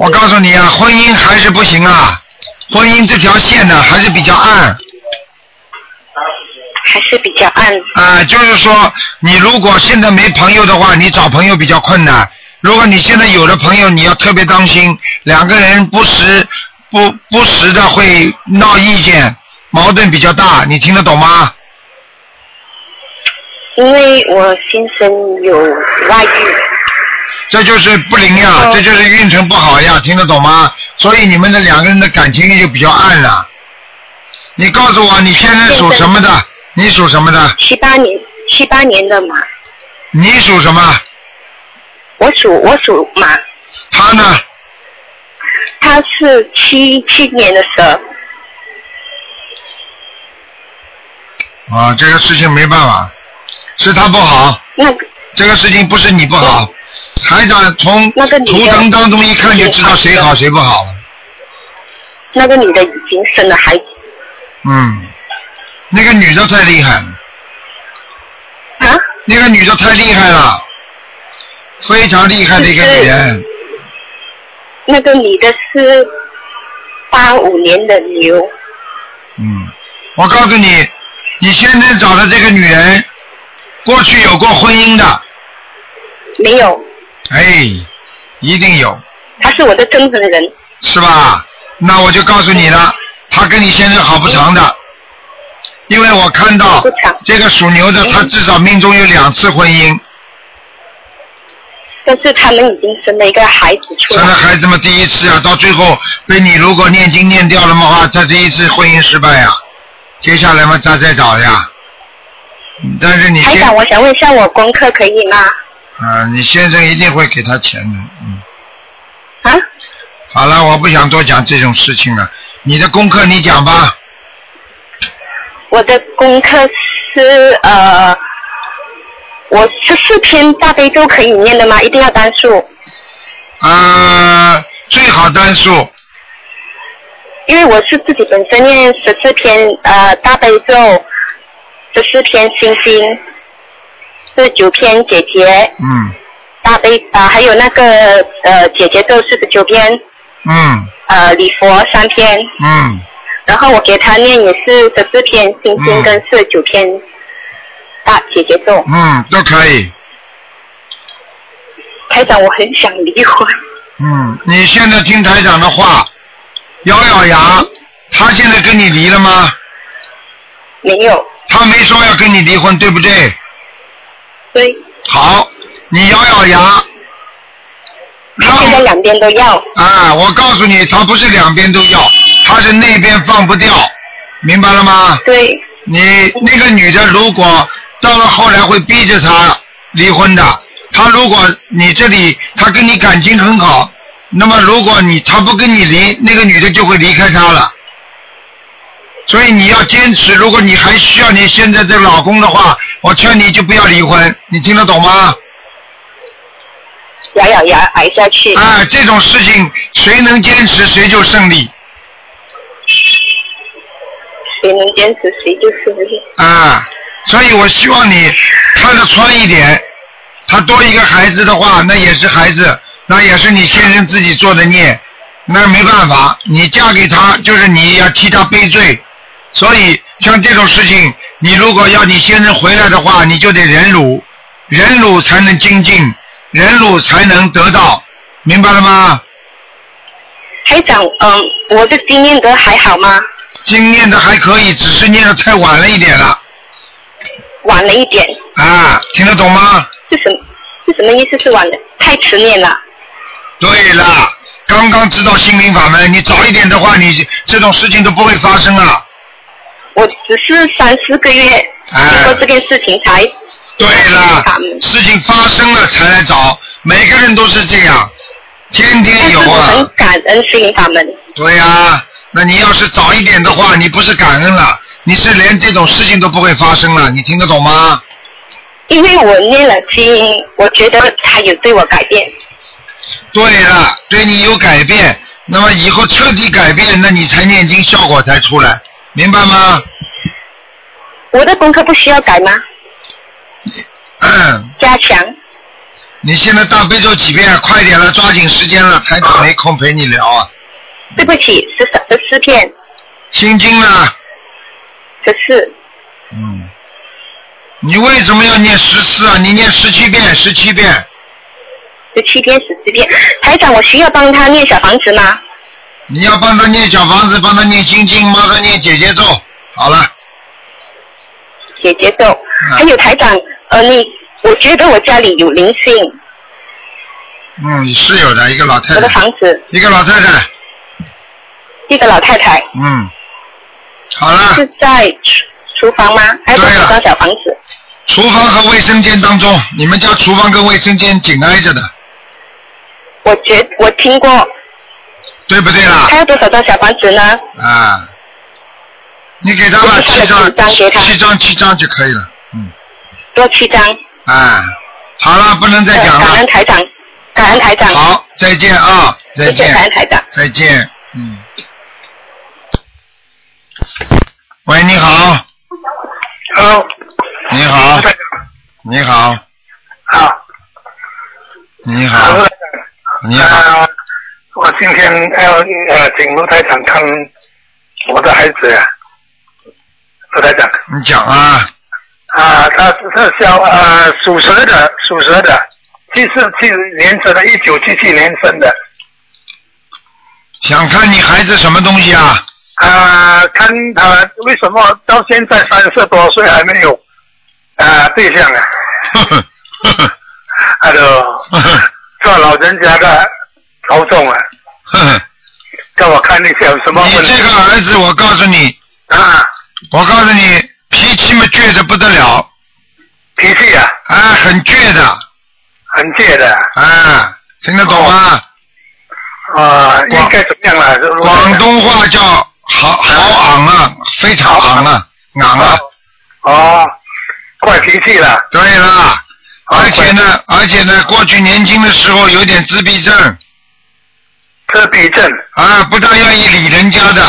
Speaker 1: 我告诉你啊，婚姻还是不行啊，婚姻这条线呢还是比较暗
Speaker 2: 还是比较暗。
Speaker 1: 啊、就是说你如果现在没朋友的话，你找朋友比较困难；如果你现在有了朋友，你要特别当心，两个人不时不不时的会闹意见，矛盾比较大，你听得懂吗？
Speaker 2: 因为我先生有外遇，
Speaker 1: 这就是不灵呀，这就是运程不好呀，听得懂吗？所以你们的两个人的感情就比较暗了。你告诉我，你现在属什么的？你属什么的？
Speaker 2: 七八年七八年的马，
Speaker 1: 你属什么？
Speaker 2: 我属我属马，
Speaker 1: 他呢？
Speaker 2: 他是七七年的蛇，
Speaker 1: 啊，这个事情没办法，是他不好，
Speaker 2: 那个
Speaker 1: 这个事情不是你不好。台长从
Speaker 2: 那个女的
Speaker 1: 图腾当中一看就知道谁好谁不好了。
Speaker 2: 那个女的已经生了孩子，
Speaker 1: 嗯，那个女的太厉害了，
Speaker 2: 啊，
Speaker 1: 那个女的太厉害了，非常厉害的一个女人。
Speaker 2: 那个女的是八五年的牛，
Speaker 1: 嗯，我告诉你，你现在找的这个女人，过去有过婚姻的，
Speaker 2: 没有，
Speaker 1: 哎，一定有，
Speaker 2: 她是我的真正人，
Speaker 1: 是吧？那我就告诉你了，她跟你先生好不长的，因为我看到
Speaker 2: 不长嗯
Speaker 1: 这个属牛的，她至少命中有两次婚姻，
Speaker 2: 但是他们已经生了一个孩子出
Speaker 1: 生了
Speaker 2: 来，
Speaker 1: 孩子们第一次啊，到最后被你如果念经念掉了的话，这第一次婚姻失败呀、接下来嘛，再再找呀。但是你
Speaker 2: 台
Speaker 1: 先，
Speaker 2: 长，
Speaker 1: 啊、
Speaker 2: 我想问一下，我功课可以吗？
Speaker 1: 你先生一定会给他钱的，嗯。
Speaker 2: 啊，
Speaker 1: 好了，我不想多讲这种事情了。你的功课你讲吧，
Speaker 2: 我的功课是呃，我十四篇大悲咒可以念的吗？一定要单数，
Speaker 1: 呃，最好单数，
Speaker 2: 因为我是自己本身念十四篇呃大悲咒，十四篇心经，十九篇姐姐
Speaker 1: 嗯
Speaker 2: 大悲啊、还有那个呃姐姐咒四十九篇，
Speaker 1: 嗯
Speaker 2: 呃礼佛三篇，
Speaker 1: 嗯
Speaker 2: 然后我给他念也是十四篇心经跟四十九篇大姐姐咒。
Speaker 1: 嗯，都可以。
Speaker 2: 台长，我很想离婚。
Speaker 1: 嗯，你现在听台长的话，咬咬牙，他现在跟你离了吗？
Speaker 2: 没有，
Speaker 1: 他没说要跟你离婚，对不对？
Speaker 2: 对，
Speaker 1: 好，你咬咬牙，让
Speaker 2: 现在两边都要。
Speaker 1: 啊！我告诉你，他不是两边都要，他是那边放不掉，明白了吗？
Speaker 2: 对，
Speaker 1: 你那个女的如果到了后来会逼着他离婚的，他如果你这里他跟你感情很好，那么如果你他不跟你离，那个女的就会离开他了。所以你要坚持，如果你还需要你现在这个老公的话，我劝你就不要离婚，你听得懂吗？
Speaker 2: 咬咬牙挨下去。
Speaker 1: 啊，这种事情谁能坚持谁就胜利
Speaker 2: 谁能坚持，谁就是你。
Speaker 1: 啊！所以我希望你看得穿一点，他多一个孩子的话，那也是孩子，那也是你先生自己做的孽，那没办法，你嫁给他就是你要替他背罪，所以像这种事情，你如果要你先生回来的话，你就得忍辱，忍辱才能精进，忍辱才能得到，明白了吗？
Speaker 2: 台长，嗯，我的经验都还好吗？
Speaker 1: 经念的还可以，只是念的太晚了一点了。
Speaker 2: 晚了一点，
Speaker 1: 啊，听得懂吗？
Speaker 2: 是什么？是什么意思？是晚了，太迟念了。
Speaker 1: 对了，刚刚知道心灵法门，你早一点的话，你这种事情都不会发生啊了。
Speaker 2: 我只是三四个月
Speaker 1: 哎
Speaker 2: 经过这件事情才
Speaker 1: 对了
Speaker 2: 法门，
Speaker 1: 事情发生了才来找，每个人都是这样，天
Speaker 2: 但
Speaker 1: 天
Speaker 2: 是
Speaker 1: 有
Speaker 2: 我
Speaker 1: 啊
Speaker 2: 很。 感恩心灵法门，
Speaker 1: 对呀、那你要是早一点的话，你不是感恩了，你是连这种事情都不会发生了，你听得懂吗？
Speaker 2: 因为我念了经，我觉得它有对我改变。
Speaker 1: 对了，对你有改变，那么以后 彻底改变，那你才念经效果才出来，明白吗？
Speaker 7: 我的功课不需要改吗？
Speaker 1: 嗯
Speaker 7: 加强。
Speaker 1: 你现在大悲咒几遍？啊快点了，抓紧时间了，台长没空陪你聊啊。
Speaker 7: 对不起，十三十四片，
Speaker 1: 心经呢？
Speaker 7: 十四。
Speaker 1: 嗯，你为什么要念十四啊？你念十七遍，十七遍。
Speaker 7: 十七天、十四天。台长，我需要帮他念小房子吗？
Speaker 1: 你要帮他念小房子，帮他念心经，帮他念姐姐咒。好了，
Speaker 7: 姐姐咒。
Speaker 1: 啊
Speaker 7: 还有台长，呃，你，我觉得我家里有灵性，
Speaker 1: 嗯，是有的，一个老太
Speaker 7: 我的
Speaker 1: 太，
Speaker 7: 房子
Speaker 1: 一个老太太，
Speaker 7: 一个老太太
Speaker 1: 嗯，好了
Speaker 7: 是，在厨厨房吗？还有多
Speaker 1: 啊对
Speaker 7: 少
Speaker 1: 了
Speaker 7: 张小房子？
Speaker 1: 厨房和卫生间当中，你们家厨房跟卫生间紧挨着的，
Speaker 7: 我觉我听
Speaker 1: 啊
Speaker 7: 过，
Speaker 1: 对不对啦
Speaker 7: 他？要多少张小房子呢？
Speaker 1: 啊，你给他吧，
Speaker 7: 哎我
Speaker 1: 七
Speaker 7: 就
Speaker 1: 张
Speaker 7: 放了几张给，他
Speaker 1: 七张，七张就可以了，嗯，
Speaker 7: 多七张。
Speaker 1: 啊，好了，不能再讲
Speaker 7: 呃感
Speaker 1: 了
Speaker 7: 恩，台长，感恩台长，
Speaker 1: 好，再见啊，再
Speaker 7: 谢谢感
Speaker 1: 见
Speaker 7: 恩。台长。
Speaker 1: 再见，嗯。喂，你好，
Speaker 6: Hello，
Speaker 1: 你好，你好，
Speaker 6: 好，
Speaker 1: 你
Speaker 6: 好
Speaker 1: 好，你好，
Speaker 6: 呃，我今天要呃请卢台长看我的孩子、啊，卢台长
Speaker 1: 你讲啊，
Speaker 6: 啊，他是小呃属蛇的，属蛇的，七四七年生的，一九七七年生的
Speaker 1: 想看你孩子什么东西啊？
Speaker 6: 啊，看他为什么到现在三十多岁还没有啊对象啊？
Speaker 1: 呵呵呵呵
Speaker 6: 他就
Speaker 1: 呵呵
Speaker 6: 做老人家的头痛啊，
Speaker 1: 呵
Speaker 6: 叫我看一下有什么
Speaker 1: 呵，你
Speaker 6: 问题
Speaker 1: 这个儿子，我告诉你，
Speaker 6: 啊，
Speaker 1: 我告诉你，脾气嘛倔得不得了，
Speaker 6: 脾气啊
Speaker 1: 啊，很倔的，
Speaker 6: 很倔的
Speaker 1: 啊，听得懂吗？
Speaker 6: 啊，应该怎么样了？如果
Speaker 1: 广东话叫好好昂啊，非常昂啊，昂啊。
Speaker 6: 哦，怪脾气了，
Speaker 1: 对啦，
Speaker 6: 好
Speaker 1: 而且呢，而且呢，过去年轻的时候有点自闭症
Speaker 6: 自闭症
Speaker 1: 啊，不大愿意理人家的，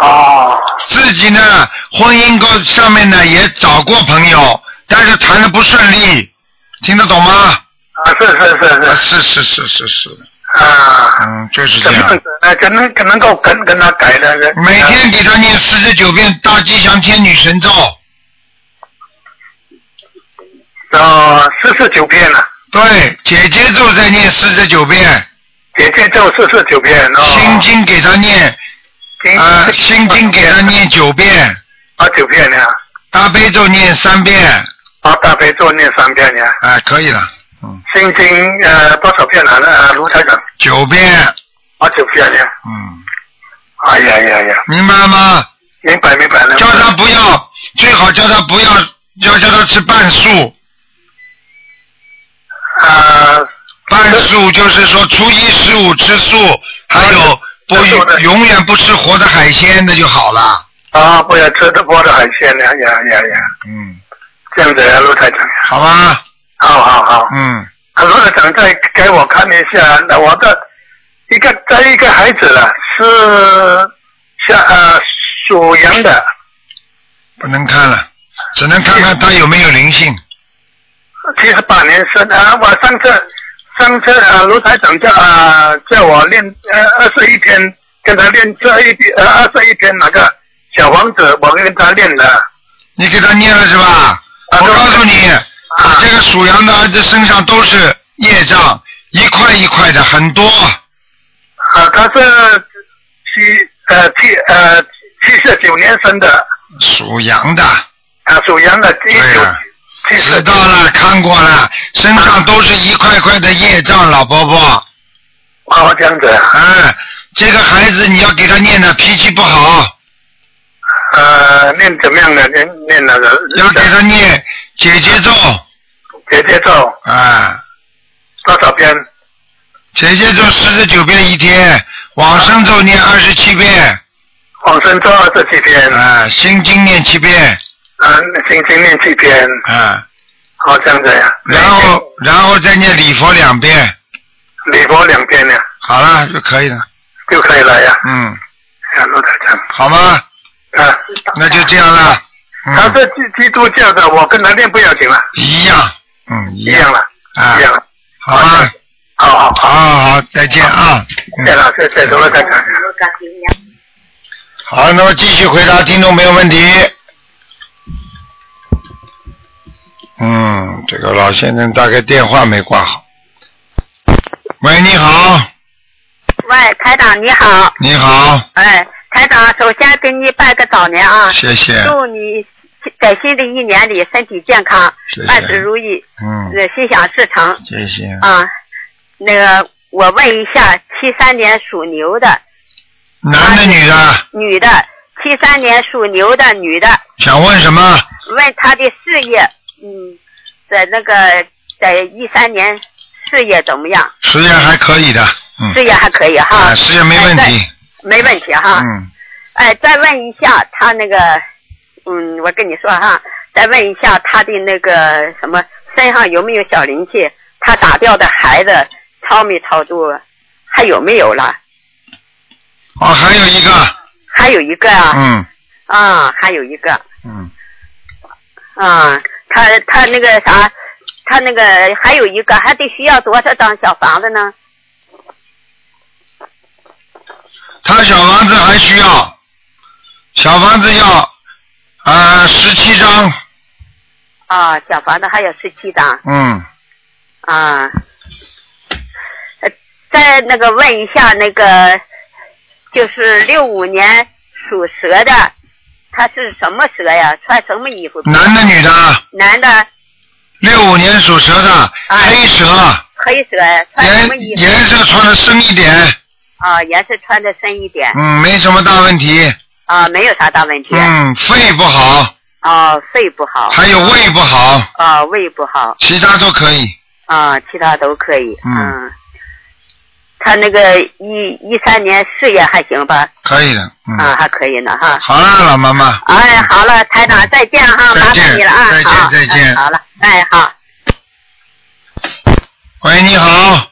Speaker 6: 哦
Speaker 1: 自己呢，婚姻高上面呢也找过朋友，但是谈的不顺利，听得懂吗？
Speaker 6: 啊，是是是
Speaker 1: 啊，
Speaker 6: 是
Speaker 1: 是是是是是，
Speaker 6: 啊，
Speaker 1: 嗯，就是这
Speaker 6: 怎么样
Speaker 1: 样。
Speaker 6: 子呢？怎能能够跟跟他改的？
Speaker 1: 每天给他念四十九遍大吉祥天女神咒，
Speaker 6: 哦四十九遍了，
Speaker 1: 对，姐姐咒再念四十九遍，
Speaker 6: 姐姐就四十九遍哦，
Speaker 1: 心经给他念，
Speaker 6: 经
Speaker 1: 啊，心经给他念九遍，
Speaker 6: 八啊九遍呀，
Speaker 1: 大悲咒念三遍，
Speaker 6: 八大悲咒念三遍呀。
Speaker 1: 哎，可以了，嗯，
Speaker 6: 心经呃多少遍来了？呃，卢台长，
Speaker 1: 九遍，
Speaker 6: 八九遍呀。
Speaker 1: 嗯，
Speaker 6: 哎呀呀呀，
Speaker 1: 明白吗？
Speaker 6: 明白明白了。
Speaker 1: 叫他不要，最好叫他不要，要叫他吃半素。
Speaker 6: 啊、
Speaker 1: 半素就是说初一十五吃素，还有不
Speaker 6: 吃素的
Speaker 1: 永远不吃活的海鲜，那就好了。
Speaker 6: 啊，不要吃的活的海鲜呀呀呀呀，
Speaker 1: 嗯，
Speaker 6: 这样子呀，卢台长。
Speaker 1: 好吧，
Speaker 6: 好好好，
Speaker 1: 嗯，
Speaker 6: 啊卢台长再给我看一下，那我的一个再一个孩子了，是下呃属羊的
Speaker 1: 不能看了，只能看看他有没有灵性。
Speaker 6: 七十八年生啊，我上次上次呃卢台长叫啊、呃、叫我练呃二十一天，跟他练这一篇呃二十一天那个小王子，我跟他练的
Speaker 1: 你给他念了是吧？
Speaker 6: 啊
Speaker 1: 我
Speaker 6: 对
Speaker 1: 告诉你，
Speaker 6: 啊
Speaker 1: 你这个属羊的儿子身上都是业障，一块一块的，很多。
Speaker 6: 啊，他是七呃七呃七十九年生的，
Speaker 1: 属羊的，
Speaker 6: 啊属羊的，一
Speaker 1: 对
Speaker 6: 九
Speaker 1: 哎呀
Speaker 6: 七
Speaker 1: 知
Speaker 6: 十
Speaker 1: 道了，看过了，身上都是一块块的业障，老伯伯。
Speaker 6: 哦这样子啊，
Speaker 1: 嗯，这个孩子你要给他念的，脾气不好，
Speaker 6: 呃念怎么样的念念那个
Speaker 1: 要给他念姐姐咒
Speaker 6: 姐姐咒
Speaker 1: 啊，
Speaker 6: 多少篇？
Speaker 1: 姐姐咒四十九遍一天，往生咒念二十七遍，
Speaker 6: 往生咒二十七篇，嗯、
Speaker 1: 啊，心经念七遍，
Speaker 6: 心经念七篇，
Speaker 1: 啊，
Speaker 6: 哦这样子呀、
Speaker 1: 然后然后再念礼佛两遍，
Speaker 6: 礼佛两篇呀、
Speaker 1: 好了就可以了，
Speaker 6: 就可以了呀、
Speaker 1: 嗯，
Speaker 6: 啊，卢台长，
Speaker 1: 好吗？
Speaker 6: 啊，
Speaker 1: 那就这样了。
Speaker 6: 他
Speaker 1: 嗯，
Speaker 6: 是基基督教的，我跟他练不要紧了，
Speaker 1: 一样，嗯，一
Speaker 6: 一样了，
Speaker 1: 啊
Speaker 6: 一，样了。
Speaker 1: 好吧，
Speaker 6: 好
Speaker 1: 好
Speaker 6: 好好，
Speaker 1: 好好，再见啊。
Speaker 6: 谢
Speaker 1: 嗯，
Speaker 6: 了，谢谢，多了再看。
Speaker 1: 好，那么继续回答听众朋友问题。嗯，这个老先生大概电话没挂好。喂，你好，
Speaker 8: 喂，台长你好，
Speaker 1: 你好，
Speaker 8: 哎，台长，首先给你拜个早年啊，
Speaker 1: 谢谢，
Speaker 8: 祝你在新的一年里身体健康
Speaker 1: 谢，谢
Speaker 8: 万事如意，
Speaker 1: 嗯，
Speaker 8: 呃心想事成
Speaker 1: 谢谢。
Speaker 8: 啊。那个，我问一下，七三年属牛的
Speaker 1: 男的女的，
Speaker 8: 女的，七三年属牛的女的，
Speaker 1: 想问什么？
Speaker 8: 问她的事业，嗯，在那个在一三年事业怎么样？
Speaker 1: 实验还可以的，嗯，
Speaker 8: 事业还可以哈
Speaker 1: 啊，，实验没问
Speaker 8: 哎
Speaker 1: 题，
Speaker 8: 没问题哈。
Speaker 1: 嗯，
Speaker 8: 哎，再问一下他那个，嗯，我跟你说哈，再问一下他的那个什么身上有没有小灵气？他打掉的孩子超没超度？啊还有没有了？
Speaker 1: 哦，还有一个，
Speaker 8: 还有一个啊，
Speaker 1: 嗯
Speaker 8: 啊，还有一个
Speaker 1: 嗯，
Speaker 8: 啊，他他那个啥，他那个还有一个，还得需要多少张小房子呢？
Speaker 1: 他小房子还需要，小房子要，呃，十七张，
Speaker 8: 啊，小房子还有十七张
Speaker 1: 嗯，
Speaker 8: 啊。呃再那个问一下那个，就是六五年属蛇的，他是什么蛇呀？穿什么衣服？
Speaker 1: 男的女的，
Speaker 8: 男的
Speaker 1: 六五年属蛇的，
Speaker 8: 哎
Speaker 1: 黑蛇，
Speaker 8: 黑蛇，穿什么
Speaker 1: 颜
Speaker 8: 衣服？
Speaker 1: 颜色穿的深一点，
Speaker 8: 啊，颜色穿的深一点
Speaker 1: 嗯，没什么大问题，
Speaker 8: 啊，没有啥大问题。
Speaker 1: 嗯，肺不好，
Speaker 8: 啊，肺不好，
Speaker 1: 还有胃不好，
Speaker 8: 啊，胃不好，
Speaker 1: 其他都可以，
Speaker 8: 啊，其他都可以。
Speaker 1: 嗯
Speaker 8: 嗯。他那个一一三年事业还行吧？
Speaker 1: 可以的，嗯，
Speaker 8: 啊，还可以呢哈。
Speaker 1: 好了，老妈妈。
Speaker 8: 哎，好了，台长，再见哈，
Speaker 1: 再
Speaker 8: 麻
Speaker 1: 见
Speaker 8: 烦你了啊，
Speaker 1: 再见
Speaker 8: 好
Speaker 1: 再见
Speaker 8: 哎
Speaker 2: 嗯
Speaker 8: 好了，哎，好。
Speaker 1: 喂，你好。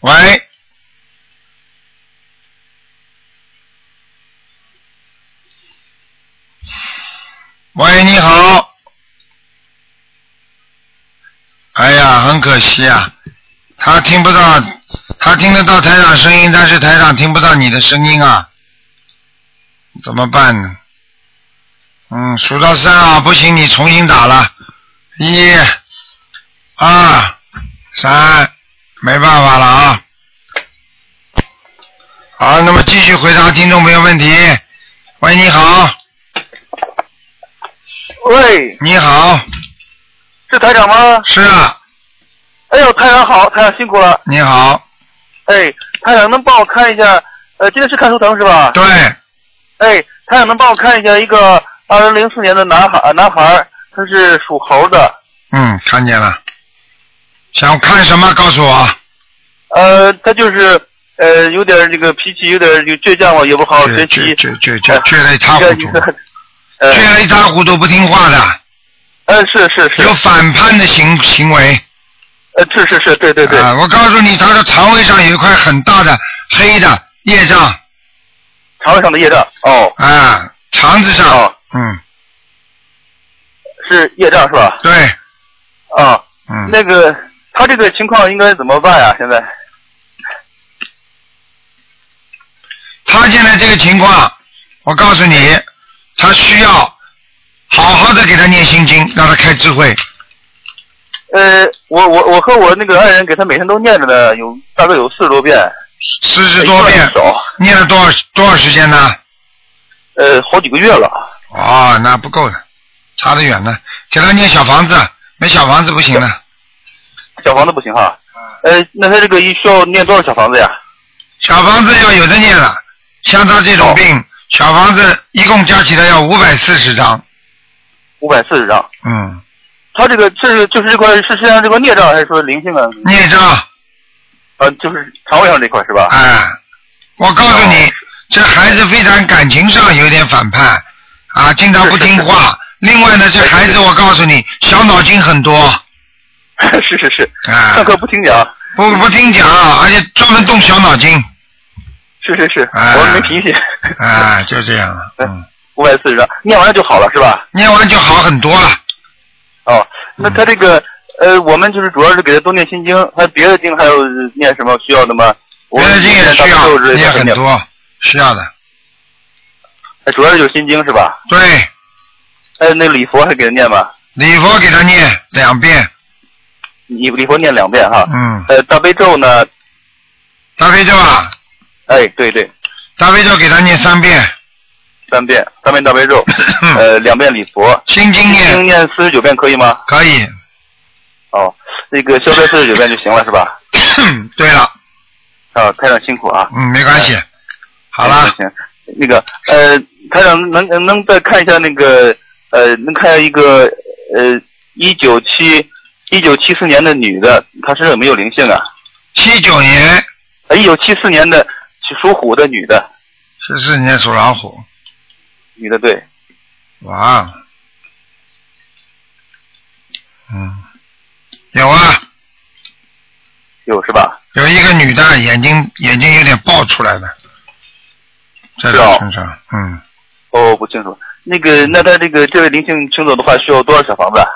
Speaker 1: 喂。喂，你好。哎呀，很可惜啊，他听不到，他听得到台长声音，但是台长听不到你的声音啊，怎么办呢？嗯，数到三啊，不行，你重新打了，一。二啊三，没办法了啊。好，那么继续回答听众朋友问题。喂，你好，
Speaker 6: 喂，
Speaker 1: 你好，
Speaker 6: 是台长吗？
Speaker 1: 是啊，
Speaker 6: 哎呦，台长好，台长辛苦了。
Speaker 1: 你好，
Speaker 6: 哎，台长能帮我看一下？呃，今天是看图腾是吧？
Speaker 1: 对，
Speaker 6: 哎，台长能帮我看一下一个二零零四年的男孩，呃男孩他是属猴的，
Speaker 1: 嗯，看见了。想看什么？告诉我。
Speaker 6: 呃，他就是呃有点这个脾气有点这个倔强吧，也不好好学
Speaker 1: 倔
Speaker 6: 习
Speaker 1: 倔， 倔倔倔倔得一塌糊
Speaker 6: 这
Speaker 1: 涂，
Speaker 6: 呃个 呃
Speaker 1: 倔得一塌糊涂，不听话的，
Speaker 6: 呃是是是
Speaker 1: 有，反叛的行行为。
Speaker 6: 呃是是是，对对对，
Speaker 1: 啊，我告诉你，他的肠胃上有一块很大的黑的业障
Speaker 6: 肠胃上的业障哦
Speaker 1: 啊，肠子上，
Speaker 6: 哦
Speaker 1: 嗯，
Speaker 6: 是业障是吧？
Speaker 1: 对，
Speaker 6: 啊、
Speaker 1: 嗯。
Speaker 6: 那个他这个情况应该怎么办呀？现在
Speaker 1: 他现在这个情况，我告诉你，他需要好好的给他念心经，让他开智慧。
Speaker 6: 呃，我我我和我那个爱人给他每天都念着呢，有大概有四十多遍，
Speaker 1: 四十多
Speaker 6: 哎
Speaker 1: 遍
Speaker 6: 算，少，
Speaker 1: 念了多少多少时间呢？
Speaker 6: 呃，好几个月了。
Speaker 1: 哦，那不够的，差得远呢。给他念小房子，没小房子不行的。
Speaker 6: 小房子不行哈，
Speaker 1: 嗯
Speaker 6: 呃，那他这个一需要念多少小房子呀？
Speaker 1: 小房子要有的念了，像他这种病，小房子一共加起来要五百四十张。
Speaker 6: 五百四十张。
Speaker 1: 嗯，
Speaker 6: 他这个是就是这块是身上这块孽障，还是说灵性啊？
Speaker 1: 孽障，
Speaker 6: 呃，就是肠胃上这块是吧？
Speaker 1: 哎，我告诉你，这孩子非常感情上有点反叛，啊，经常不听话。另外呢，这孩子我告诉你，小脑筋很多，
Speaker 6: 是是是，
Speaker 1: 啊
Speaker 6: 上，课不听讲。
Speaker 1: 不不听讲，而且专门动小脑筋，
Speaker 6: 是是是，
Speaker 1: 啊
Speaker 6: 我没脾气，
Speaker 1: 啊，就这样，嗯，
Speaker 6: 五百四十张，念完了就好了是吧？
Speaker 1: 念完就好很多了。
Speaker 6: 哦，那他这个呃，我们就是主要是给他多念心经，还有别的经还有念什么需要的吗？别的经
Speaker 1: 也需要念很
Speaker 6: 多，
Speaker 1: 需要的。
Speaker 6: 主要就是心经是吧？
Speaker 1: 对。
Speaker 6: 还有那礼佛还给他念吧，
Speaker 1: 礼佛给他念两遍，
Speaker 6: 礼礼佛念两遍哈。
Speaker 1: 嗯，
Speaker 6: 呃，大悲咒呢？
Speaker 1: 大悲咒啊，
Speaker 6: 哎，对对，
Speaker 1: 大悲咒给他念三遍，
Speaker 6: 三遍，三遍大悲 咒，呃，两遍礼佛。
Speaker 1: 心经
Speaker 6: 念，念四十九遍可以吗？
Speaker 1: 可以。
Speaker 6: 哦，那个消灾四十九遍就行了是吧？
Speaker 1: 对了，
Speaker 6: 啊，台长辛苦啊。
Speaker 1: 嗯，没关系。
Speaker 6: 好了，
Speaker 5: 哎
Speaker 6: 行，那个呃，台长能能能再看一下那个呃，能看一下一个呃，一九七一九七四年的女的，她身上有没有灵性啊？呃
Speaker 1: 七九年，
Speaker 6: 一九七四年的属虎的女的，
Speaker 1: 十四年属老虎，
Speaker 6: 女的对，
Speaker 1: 哇，嗯，有啊，
Speaker 6: 有是吧？
Speaker 1: 有一个女的眼睛眼睛有点爆出来了，在她身上，嗯，
Speaker 6: 哦，不清楚。那个，那她这个这位灵性请走的话，需要多少小房子啊？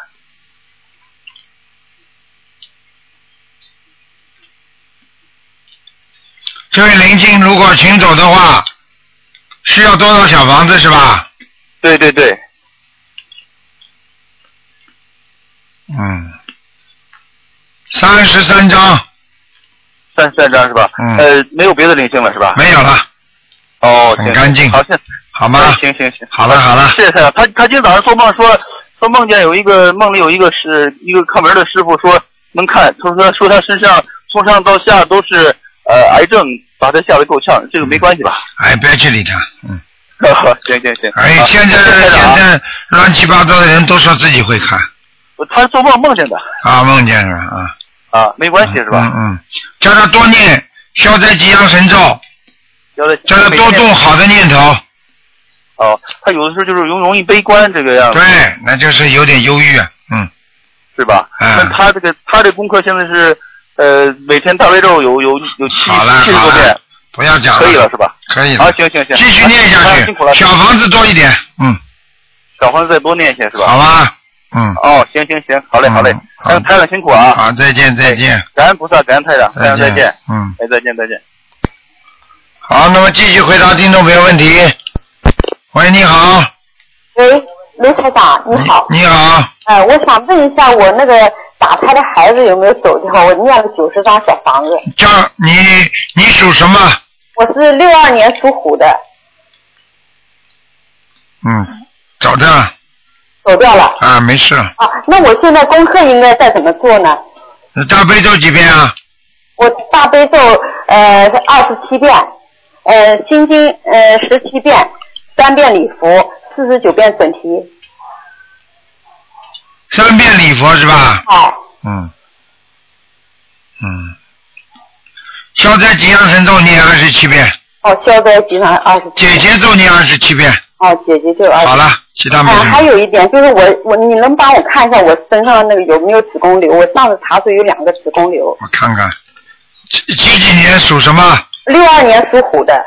Speaker 1: 这位灵性如果请走的话，需要多少小房子是吧？
Speaker 6: 对对对，
Speaker 1: 嗯，三十三张，
Speaker 6: 三十三张是吧？
Speaker 1: 嗯
Speaker 6: 呃，没有别的灵性了是吧？
Speaker 1: 没有了。
Speaker 6: 哦，
Speaker 1: 很
Speaker 6: 行
Speaker 1: 干净
Speaker 6: 好，现哦
Speaker 1: 好吗？
Speaker 6: 行行行，
Speaker 1: 好了好了
Speaker 6: 谢谢台长。他他今天早上做梦说说梦见有一个梦里有一个是一个看门的师傅说能看，他说说他身上从上到下都是呃癌症，把他吓得够呛。这个没关系吧？
Speaker 1: 哎，不要去理他，嗯，
Speaker 6: 行行行。
Speaker 1: 哎，
Speaker 6: 啊
Speaker 1: 现在
Speaker 6: 谢谢台长啊
Speaker 1: 现在乱七八糟的人都说自己会看
Speaker 6: 他做梦梦见的
Speaker 1: 啊，梦见了啊，
Speaker 6: 啊，没关系是吧？
Speaker 1: 嗯嗯，叫他多念消灾吉祥神咒，
Speaker 6: 要在
Speaker 1: 叫他多动好的念头，
Speaker 6: 哦，他有的时候就是容容易悲观这个样子，
Speaker 1: 对，那就是有点忧郁，嗯，
Speaker 6: 是吧？
Speaker 1: 嗯
Speaker 6: 那他这个他这功课现在是呃每天大悲咒有有有七
Speaker 1: 好了
Speaker 6: 七十
Speaker 1: 好
Speaker 6: 多遍
Speaker 1: 了，，不要讲
Speaker 6: 可以了是吧？
Speaker 1: 可以
Speaker 6: 好
Speaker 1: 了，，
Speaker 6: 行行行，
Speaker 1: 继续念下
Speaker 6: 啊
Speaker 1: 去
Speaker 6: 辛苦了，，
Speaker 1: 小房子多一点，嗯，
Speaker 6: 小房子再多念一些是吧？
Speaker 1: 好吧，嗯，
Speaker 6: 哦，行行行，好嘞嗯好嘞，台台长辛苦啊，
Speaker 1: 好，再见再见，
Speaker 6: 感恩菩萨，感恩台长，台长再见，
Speaker 1: 嗯，
Speaker 6: 哎再见再见。
Speaker 1: 好，那么继续回答听众朋友问题。喂，你好，
Speaker 2: 喂，卢台长，你好。
Speaker 1: 你好，
Speaker 2: 呃，我想问一下，我那个打胎的孩子有没有走掉？我念了九十张小房子。
Speaker 1: 叫你你属什么？
Speaker 2: 我是六二年属虎的，
Speaker 1: 嗯，找着
Speaker 2: 走掉了。
Speaker 1: 啊，没事。
Speaker 2: 啊，那我现在功课应该再怎么做呢？
Speaker 1: 那大悲咒几遍啊？
Speaker 2: 我大悲咒呃二十七遍，呃心经呃十七遍，三遍礼佛，四十九遍准提。
Speaker 1: 三遍礼佛是吧？
Speaker 2: 哎，
Speaker 1: 嗯，嗯，消灾吉祥神咒念二十七遍，
Speaker 2: 哦，消灾吉祥二十。
Speaker 1: 姐姐咒念二十七遍。
Speaker 2: 哦，姐姐就二十。
Speaker 1: 好了，其他没
Speaker 2: 啊，
Speaker 1: 什
Speaker 2: 还
Speaker 1: 么。
Speaker 2: 有一点就是我我你能帮我看一下我身上那个有没有子宫瘤？我上次查出有两个子宫瘤。
Speaker 1: 我看看，几几几年属什么？
Speaker 2: 六二年属虎的，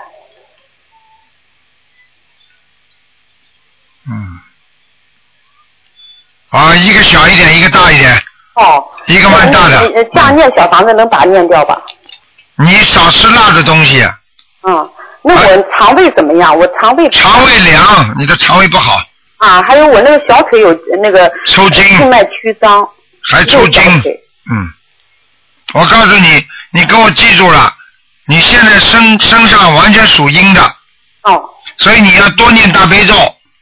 Speaker 1: 嗯，啊，一个小一点，一个大一点，
Speaker 2: 哦，
Speaker 1: 一个蛮大的
Speaker 2: 呃这样念小房子能把它念掉吧？
Speaker 1: 你少吃辣的东西，
Speaker 2: 嗯，那我肠胃怎么样？我肠胃
Speaker 1: 哎肠胃凉，你的肠胃不好，
Speaker 2: 啊，还有我那个小腿有呃那个
Speaker 1: 抽筋
Speaker 2: 静脉曲张，
Speaker 1: 还抽筋
Speaker 2: 右小腿
Speaker 1: 嗯，我告诉你，你给我记住了，你现在身身上完全属阴的，
Speaker 2: 哦，
Speaker 1: 所以你要多念大悲咒，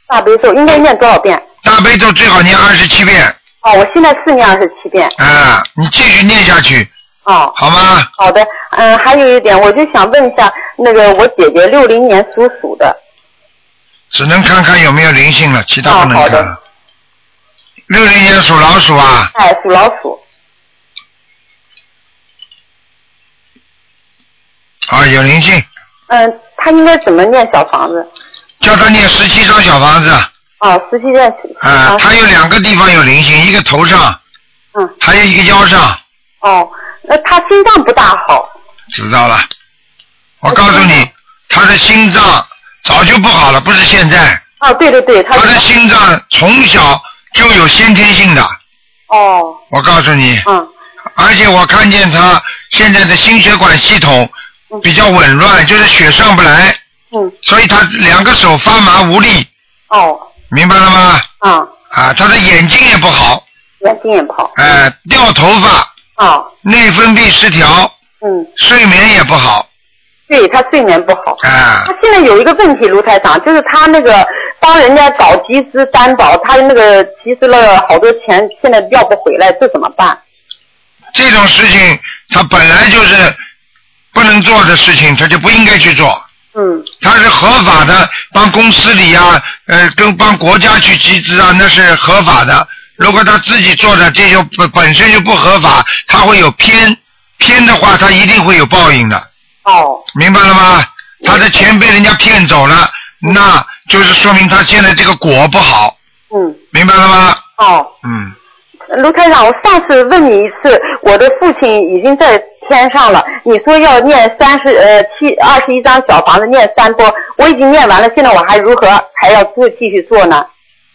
Speaker 2: 大悲咒应该念多少遍？
Speaker 1: 大悲咒最好念二十七遍，
Speaker 2: 哦，我现在是念二十七遍。
Speaker 1: 啊，你继续念下去，
Speaker 2: 哦，
Speaker 1: 好吗？
Speaker 2: 好的，嗯，还有一点，我就想问一下，那个我姐姐六零年属鼠的，
Speaker 1: 只能看看有没有灵性了，其他不能看了。六零年属老鼠啊，
Speaker 2: 哎，属老鼠，
Speaker 1: 啊，有灵性，
Speaker 2: 嗯，她应该怎么念小房子？
Speaker 1: 叫他念十七张小房子，
Speaker 2: 哦，十七遍，
Speaker 1: 啊，他有两个地方有灵性，一个头上，
Speaker 2: 嗯，
Speaker 1: 还有一个腰上，
Speaker 2: 哦，那她心脏不大好，
Speaker 1: 知道了。我告诉你，心脏早就不好了，不是现在。
Speaker 2: 哦，对对对，
Speaker 1: 他的心脏从小就有先天性的，
Speaker 2: 哦，
Speaker 1: 我告诉你。
Speaker 2: 嗯。
Speaker 1: 而且我看见他现在的心血管系统比较紊乱，就是血上不来。
Speaker 2: 嗯。
Speaker 1: 所以他两个手发麻无力。
Speaker 2: 哦。
Speaker 1: 明白了吗？
Speaker 2: 嗯。
Speaker 1: 啊，他的眼睛也不好，
Speaker 2: 眼睛也不好。
Speaker 1: 哎、掉头发。
Speaker 2: 哦。
Speaker 1: 内分泌失调。
Speaker 2: 嗯。
Speaker 1: 睡眠也不好。
Speaker 2: 对他睡眠不好。
Speaker 1: 啊。
Speaker 2: 他现在有一个问题，卢台长，就是他那个帮人家找集资担保，他那个集资了好多钱，现在要不回来，这怎么办？
Speaker 1: 这种事情他本来就是不能做的事情，他就不应该去做。
Speaker 2: 嗯。
Speaker 1: 他是合法的，帮公司里啊，呃，跟帮国家去集资啊，那是合法的。如果他自己做的，这就本本身就不合法，他会有偏，偏的话他一定会有报应的。
Speaker 2: 哦。
Speaker 1: 明白了吗？他的钱被人家骗走了，那就是说明他现在这个果不好。
Speaker 2: 嗯。
Speaker 1: 明白了吗？
Speaker 2: 哦，
Speaker 1: 嗯。
Speaker 2: 卢台长，我上次问你一次，我的父亲已经在天上了，你说要念三十呃七二十一张小房子念三波，我已经念完了，现在我还如何还要做继续做呢？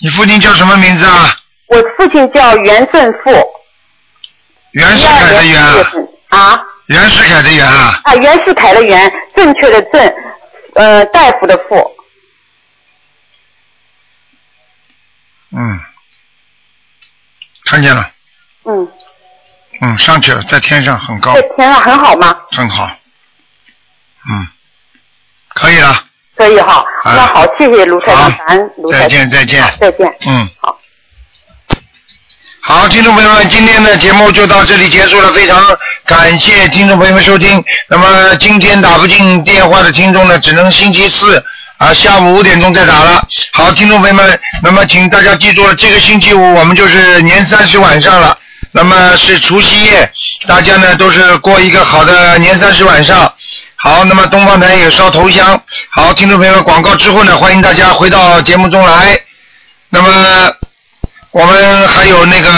Speaker 1: 你父亲叫什么名字啊？
Speaker 2: 我父亲叫袁振富，
Speaker 1: 袁世凯的袁啊。
Speaker 2: 啊。
Speaker 1: 袁世凯的袁啊。
Speaker 2: 啊，袁世凯的袁，正确的正，呃，大夫的夫，
Speaker 1: 嗯，看见了，
Speaker 2: 嗯，
Speaker 1: 嗯，上去了，在天上很高
Speaker 2: 这，天上很好吗？
Speaker 1: 很好，嗯，可以了，
Speaker 2: 可以哈，
Speaker 1: 啊
Speaker 2: 那好，谢谢卢台长，感恩卢
Speaker 1: 再
Speaker 2: 台长，
Speaker 1: 见，再见，
Speaker 2: 再见。
Speaker 1: 嗯，好，好，听众朋友们，今天的节目就到这里结束了，非常感谢听众朋友们收听。那么今天打不进电话的听众呢，只能星期四啊下午五点钟再打了。好，听众朋友们，那么请大家记住了，这个星期五我们就是年三十晚上了，那么是除夕夜，大家呢都是过一个好的年三十晚上。好，那么东方台也烧头香。好，听众朋友们，广告之后呢，欢迎大家回到节目中来。那么我们还有那个。